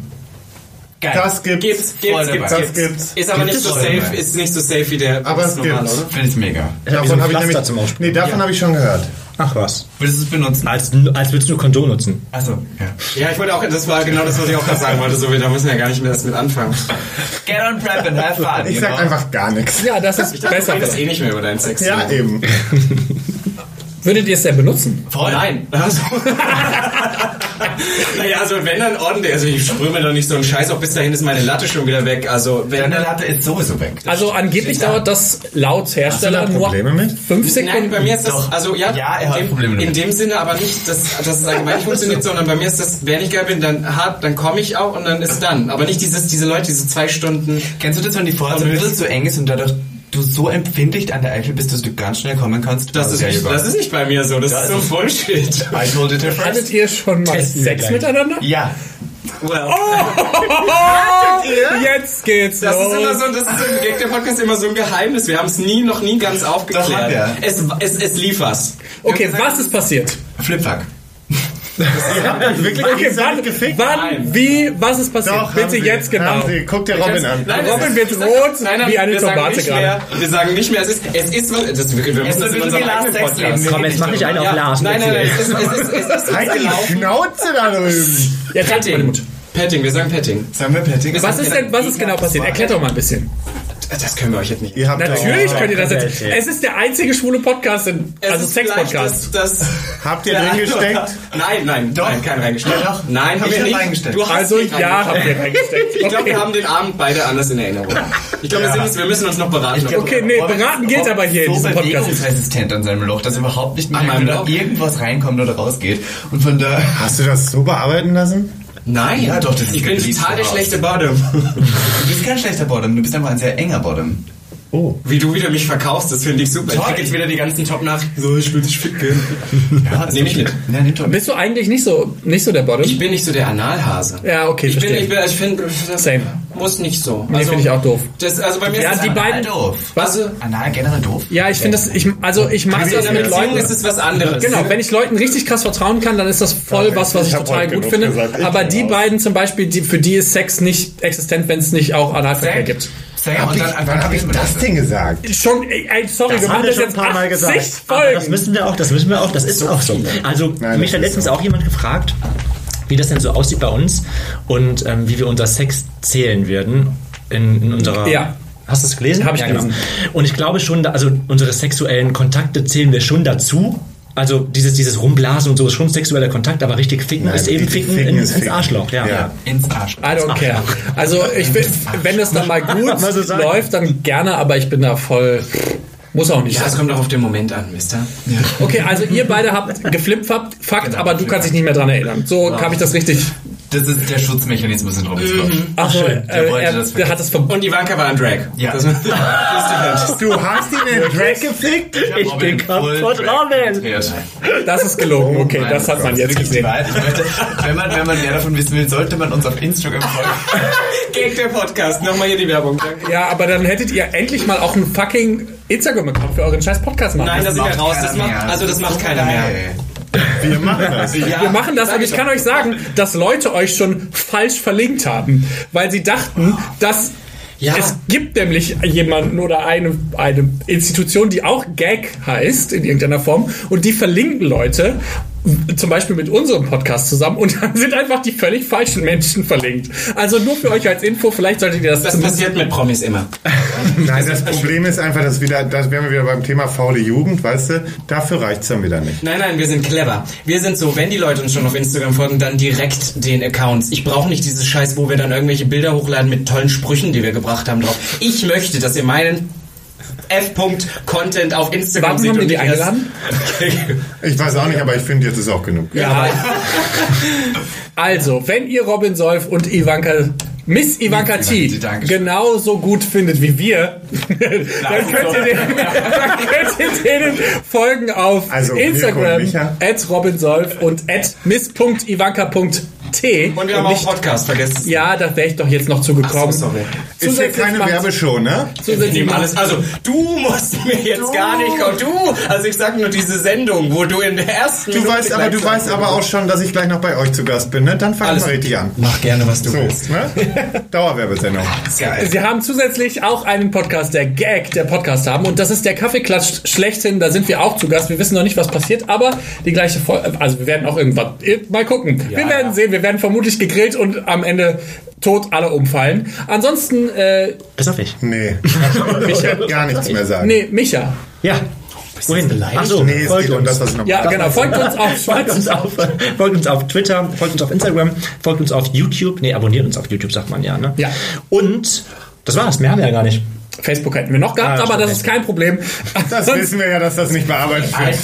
Geil.
Das gibt's.
Gibt's,
Voll
gibt's, gibt's,
dabei.
gibt's.
Das gibt's.
Ist aber
Gibt's
nicht so
voll
safe,
dabei.
ist nicht so safe wie der
Aber es
das normale,
gibt's.
oder?
Finde ich mega.
Davon habe ich nämlich.
zum Aufspielen.
Nee, davon habe ich schon gehört.
Ach was.
Würdest du es benutzen?
Als, als würdest du Kondom nutzen.
Achso, ja.
Ja, ich wollte auch, das war genau das, was ich auch gerade sagen wollte. So, wir, da müssen wir ja gar nicht mehr erst mit anfangen.
Get on prep and have fun.
Ich
you
sag
know?
einfach gar nichts.
Ja, das ist
Ich
besser.
das eh nicht mehr über deinen Sex.
Ja, eben.
Würdet ihr es denn benutzen?
Voll.
Nein. Also, naja, also wenn dann ordentlich. Also ich sprühe mir doch nicht so einen Scheiß. Auch bis dahin ist meine Latte schon wieder weg. Also wenn
Deine
dann...
Latte ist sowieso weg.
Also angeblich dauert das laut Hersteller
Hast du da
nur
Probleme mit?
fünf
Nein,
Sekunden.
bei mir ist das,
Doch.
also ja,
Ja, er hat
in,
Probleme
dem,
damit.
in dem Sinne aber nicht, dass, dass es allgemein nicht funktioniert, sondern bei mir ist das, wenn ich geil bin, dann hart, dann komme ich auch und dann ist dann. Aber nicht dieses, diese Leute, diese zwei Stunden.
Kennst du das, wenn die Vorhaut ein bisschen zu eng ist und dadurch du so empfindlich an der Eichel bist, dass du ganz schnell kommen kannst?
Das, ist,
ja
nicht,
über.
das ist nicht bei mir so, das, ist so Bullshit.
I told it
Hattet
first.
ihr schon mal
Testen wir
Sex
gleich.
miteinander?
Ja.
Well.
Oh,
Jetzt geht's
Das
los.
ist immer so, das ist so, Gag der Podcast ist immer so ein Geheimnis. Wir haben es nie, noch nie ganz aufgeklärt.
haben wir.
Es, es, es lief was.
okay, was ist passiert?
Flipfuck.
Also wirklich
Okay,
Lisa
wann,
hat gefickt?
wann, wie, was ist passiert?
Doch, haben
Bitte
sie,
jetzt genau.
Haben sie. Guck dir Robin an.
Nein,
Robin
es ist-
wird
ich sag-
rot
nein, nein,
wie eine
wir sagen
Tomate
nicht
gerade.
Mehr, wir sagen nicht mehr, es ist, es ist, was- das, wir, wir müssen
ist
das
ein
in
bisschen
unserem
wie Lars
eigenen
Sex
Podcast.
Leben.
Komm, jetzt mach nicht einen auf
Ja,
Lars.
Nein, nein, nein, es ist, es ist, es ist, genau
Halt die
gelaufen.
Schnauze da drüben.
Jetzt halt mal den
Petting.
Mund.
Petting, wir sagen Petting.
Sagen wir Petting?
Was ist denn, was ist genau passiert? Erklärt doch mal ein bisschen.
Das können wir euch jetzt nicht.
Ihr habt
Natürlich könnt ihr das jetzt.
Welt, ja.
Es ist der einzige schwule Podcast, in,
Es
also
ist vielleicht
Sex-Podcast.
Das, das
Habt ihr
der
drin
andere-
gesteckt?
Nein, nein,
Doch.
nein, kein reingesteckt.
Ja, doch.
Nein, haben
Ich
wir
hab
nicht.
reingesteckt.
Du hast
Also
nicht
ja,
reingesteckt.
habt ihr reingesteckt.
Ich glaube,
Okay.
wir haben den Abend beide anders in Erinnerung. Ich glaube, wir, sind- wir müssen uns noch beraten.
Okay, nee, beraten gilt aber hier in
so
diesem Podcast.
bewegungsresistent an seinem Loch, dass überhaupt nicht
An
mehr
meinem
oder
Loch?
irgendwas reinkommt oder rausgeht. Und von da
Hast du das so bearbeiten lassen?
Nein,
Ja, doch, das ist
ich bin
ein
total der
Riesenhaus.
schlechte Bade.
Du bist kein schlechter Bottom, du bist einfach ein sehr enger Bottom.
Oh.
Wie du wieder mich verkaufst, das finde ich super. Ich
Toll.
krieg jetzt wieder die ganzen Top nach. So, ich will dich ficken.
Ja,
Nehm ich mit.
Ja, nimm doch mit.
Bist du eigentlich nicht so, nicht so der Bottom?
Ich bin nicht so der Analhase.
Ja, okay,
ich bin,
verstehe.
ich, bin, ich finde, das
Same.
muss nicht so.
nee, finde ich auch doof.
Das, also bei mir
Ja,
ist
die
es
beiden-
Anal doof.
Was?
Anal generell doof?
Ja, ich finde das, ich, also ich mache
Also in
das
einer
mit
Beziehung
Leuten.
ist es was anderes.
Genau, wenn ich Leuten richtig krass vertrauen kann, dann ist das voll
Ja,
was, was
ich
ich,
hab
total
heute
gut
genug
finde.
gesagt, ich
Aber
bin
die
raus.
beiden zum Beispiel, die, für die ist Sex nicht existent, wenn es nicht auch Analverkehr gibt.
Sam,
Hab
und
ich,
dann einfach
wann habe ich
reden wir
das denn gesagt?
Schon, ey, ey, sorry, wir
haben
machen
wir
das
schon
jetzt
ein paar Mal
80
gesagt. Aber das
Folgen.
müssen wir auch, das müssen wir auch, das ist auch so. Also,
Nein,
mich
das
hat
ist
letztens
so.
auch jemand gefragt, wie das denn so aussieht bei uns und ähm, wie wir unser Sex zählen würden in, in unserer.
Ja.
Hast du es gelesen? genau.
Hab ich gelesen.
Und ich glaube schon, da- also unsere sexuellen Kontakte zählen wir schon dazu. Also dieses, dieses Rumblasen und so ist schon sexueller Kontakt, aber richtig ficken
Nein,
ist eben
richtig
Ficken,
ficken
in,
ist
ins
ficken.
Arschloch. Ja.
Ja.
ja.
Ins Arsch.
I don't care. Also ich will, wenn das dann mal gut
Mal so sagen.
läuft, dann gerne, aber ich bin da voll. Muss auch nicht
Ja, es
sein.
kommt auch auf den Moment an, Mister.
Okay, also ihr beide habt geflippt, Fakt,
Genau.
aber du kannst dich nicht mehr dran erinnern. So habe ich das richtig.
Das ist der Schutzmechanismus in Robins Kopf.
Ach, so, äh,
der wollte
er,
das
er hat das ver
Und Ivanka war ein Drag.
Ja.
Das, das ist die
Du hast ihn
Äh,
in Drag gefickt?
Ich bin kaputt, Robin.
Das ist gelogen, okay,
Nein,
das hat man
ist
jetzt
wirklich die
gesehen.
Wahrheit. Ich möchte, wenn, man, wenn man mehr davon wissen will, sollte man uns auf Instagram folgen.
Gag der Podcast. Nochmal hier die Werbung. Danke.
Ja, aber dann hättet ihr endlich mal auch einen fucking Instagram-Account für euren scheiß Podcast machen.
Nein, das ist ja
macht
raus.
keiner
Das macht,
mehr.
also das macht keiner mehr.
Ey.
Wir machen das.
Ja,
wir machen das
sag
und ich
doch.
kann euch sagen, dass Leute euch schon falsch verlinkt haben, weil sie dachten, dass
Ja.
es gibt nämlich jemanden oder eine, eine Institution, die auch Gag heißt in irgendeiner Form und die verlinken Leute zum Beispiel mit unserem Podcast zusammen und dann sind einfach die völlig falschen Menschen verlinkt. Also nur für euch als Info, vielleicht solltet ihr das,
Das
zumindest-
passiert mit Promis immer.
Nein, das Problem ist einfach, dass wieder, das wären wir wieder beim Thema faule Jugend, weißt du? Dafür reicht's dann wieder nicht.
Nein, nein, wir sind clever. Wir sind so, wenn die Leute uns schon auf Instagram folgen, dann direkt den Accounts. Ich brauche nicht dieses Scheiß, wo wir dann irgendwelche Bilder hochladen mit tollen Sprüchen, die wir gebracht haben drauf. Ich möchte, dass ihr meinen F-Punkt-Content auf Instagram
Warum
seht.
haben wir
und
die
nicht erst-
eingeladen?
Ich weiß auch nicht, aber ich finde, jetzt ist auch genug.
ja, aber
Also, wenn ihr Robin Solf und Ivanka Miss Ivanka T
Ivanka T, danke.
genauso gut findet wie wir, dann, könnt ihr den, dann könnt ihr denen folgen auf
Also, Mirko und
Instagram
Micha.
at Robin Solf und at miss.ivanka.t.
Und wir haben auch einen Podcast vergessen.
Ja, da wäre ich doch jetzt noch zugekommen.
Ach so, sorry.
Ist ja
Zusätzlich
keine
macht-
Werbeshow, ne?
Wir
Zusätzlich
nehmen alles.
macht,
Also, du musst mir jetzt gar nicht kommen. Du! Also, ich sag nur diese Sendung, wo du in der ersten.
Du weißt aber, du weißt aber auch schon, dass ich gleich noch bei euch zu Gast bin, ne? Dann fang
Alles
mal richtig an.
Mach gerne, was du
So,
willst.
ne? Dauerwerbesendung.
Geil.
Sie haben zusätzlich auch einen Podcast, der Gag, der Podcast haben. Und das ist der Kaffeeklatsch schlechthin. Da sind wir auch zu Gast. Wir wissen noch nicht, was passiert, aber die gleiche Folge. Also wir werden auch irgendwann. eh, Mal gucken. wir werden
ja.
sehen. Wir werden vermutlich gegrillt und am Ende tot alle umfallen. Ansonsten, äh,
Bis auf ich.
Nee,
Micha.
gar nichts mehr sagen.
Nee, Micha.
Ja. Wohin? Ach so,
Nee, es
folgt
geht um
uns.
das, was ich noch
Ja, genau. Folgt uns auf
Folgt uns, auf, folgt uns auf Twitter, folgt uns auf Instagram, folgt uns auf YouTube. Nee, abonniert uns auf YouTube, sagt man ja. Ne?
Ja.
Und das war's, mehr haben wir ja gar nicht.
Facebook hätten wir noch gehabt,
Ah,
aber das ist kein Problem.
Das wissen wir ja, dass das nicht bearbeitet wird.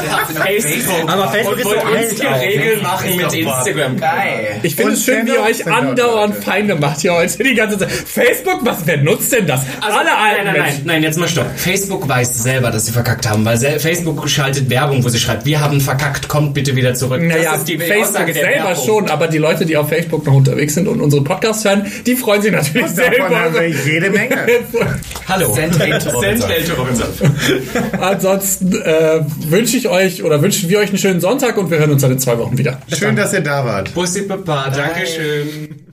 Facebook.
Aber Facebook
und
ist
wollt
so alt
uns die
auch.
Regeln machen mit Instagram.
Geil.
Ich finde
Und
es schön, wie ihr
dennoch
euch
sind dort
andauernd
Leute.
Feinde macht hier heute die ganze Zeit. Facebook, was, wer nutzt denn das?
Also,
Alle alten
nein, nein, nein,
Menschen.
nein, jetzt mal stopp. Facebook weiß selber, dass sie verkackt haben, weil sel- Facebook schaltet Werbung, wo sie schreibt, wir haben verkackt, kommt bitte wieder zurück.
Naja,
das ist die Aussage
Facebook
der
selber
Werbung.
schon, aber die Leute, die auf Facebook noch unterwegs sind und unsere Podcasts hören, die freuen sich natürlich
Und
selber.
davon haben wir jede Menge.
Hallo. Send hate to Robinson.
Ansonsten äh, wünsche ich euch oder wünschen wir euch einen schönen Sonntag und wir hören uns dann in zwei Wochen wieder.
Schön, dass ihr da wart.
Bussi Papa, Dankeschön.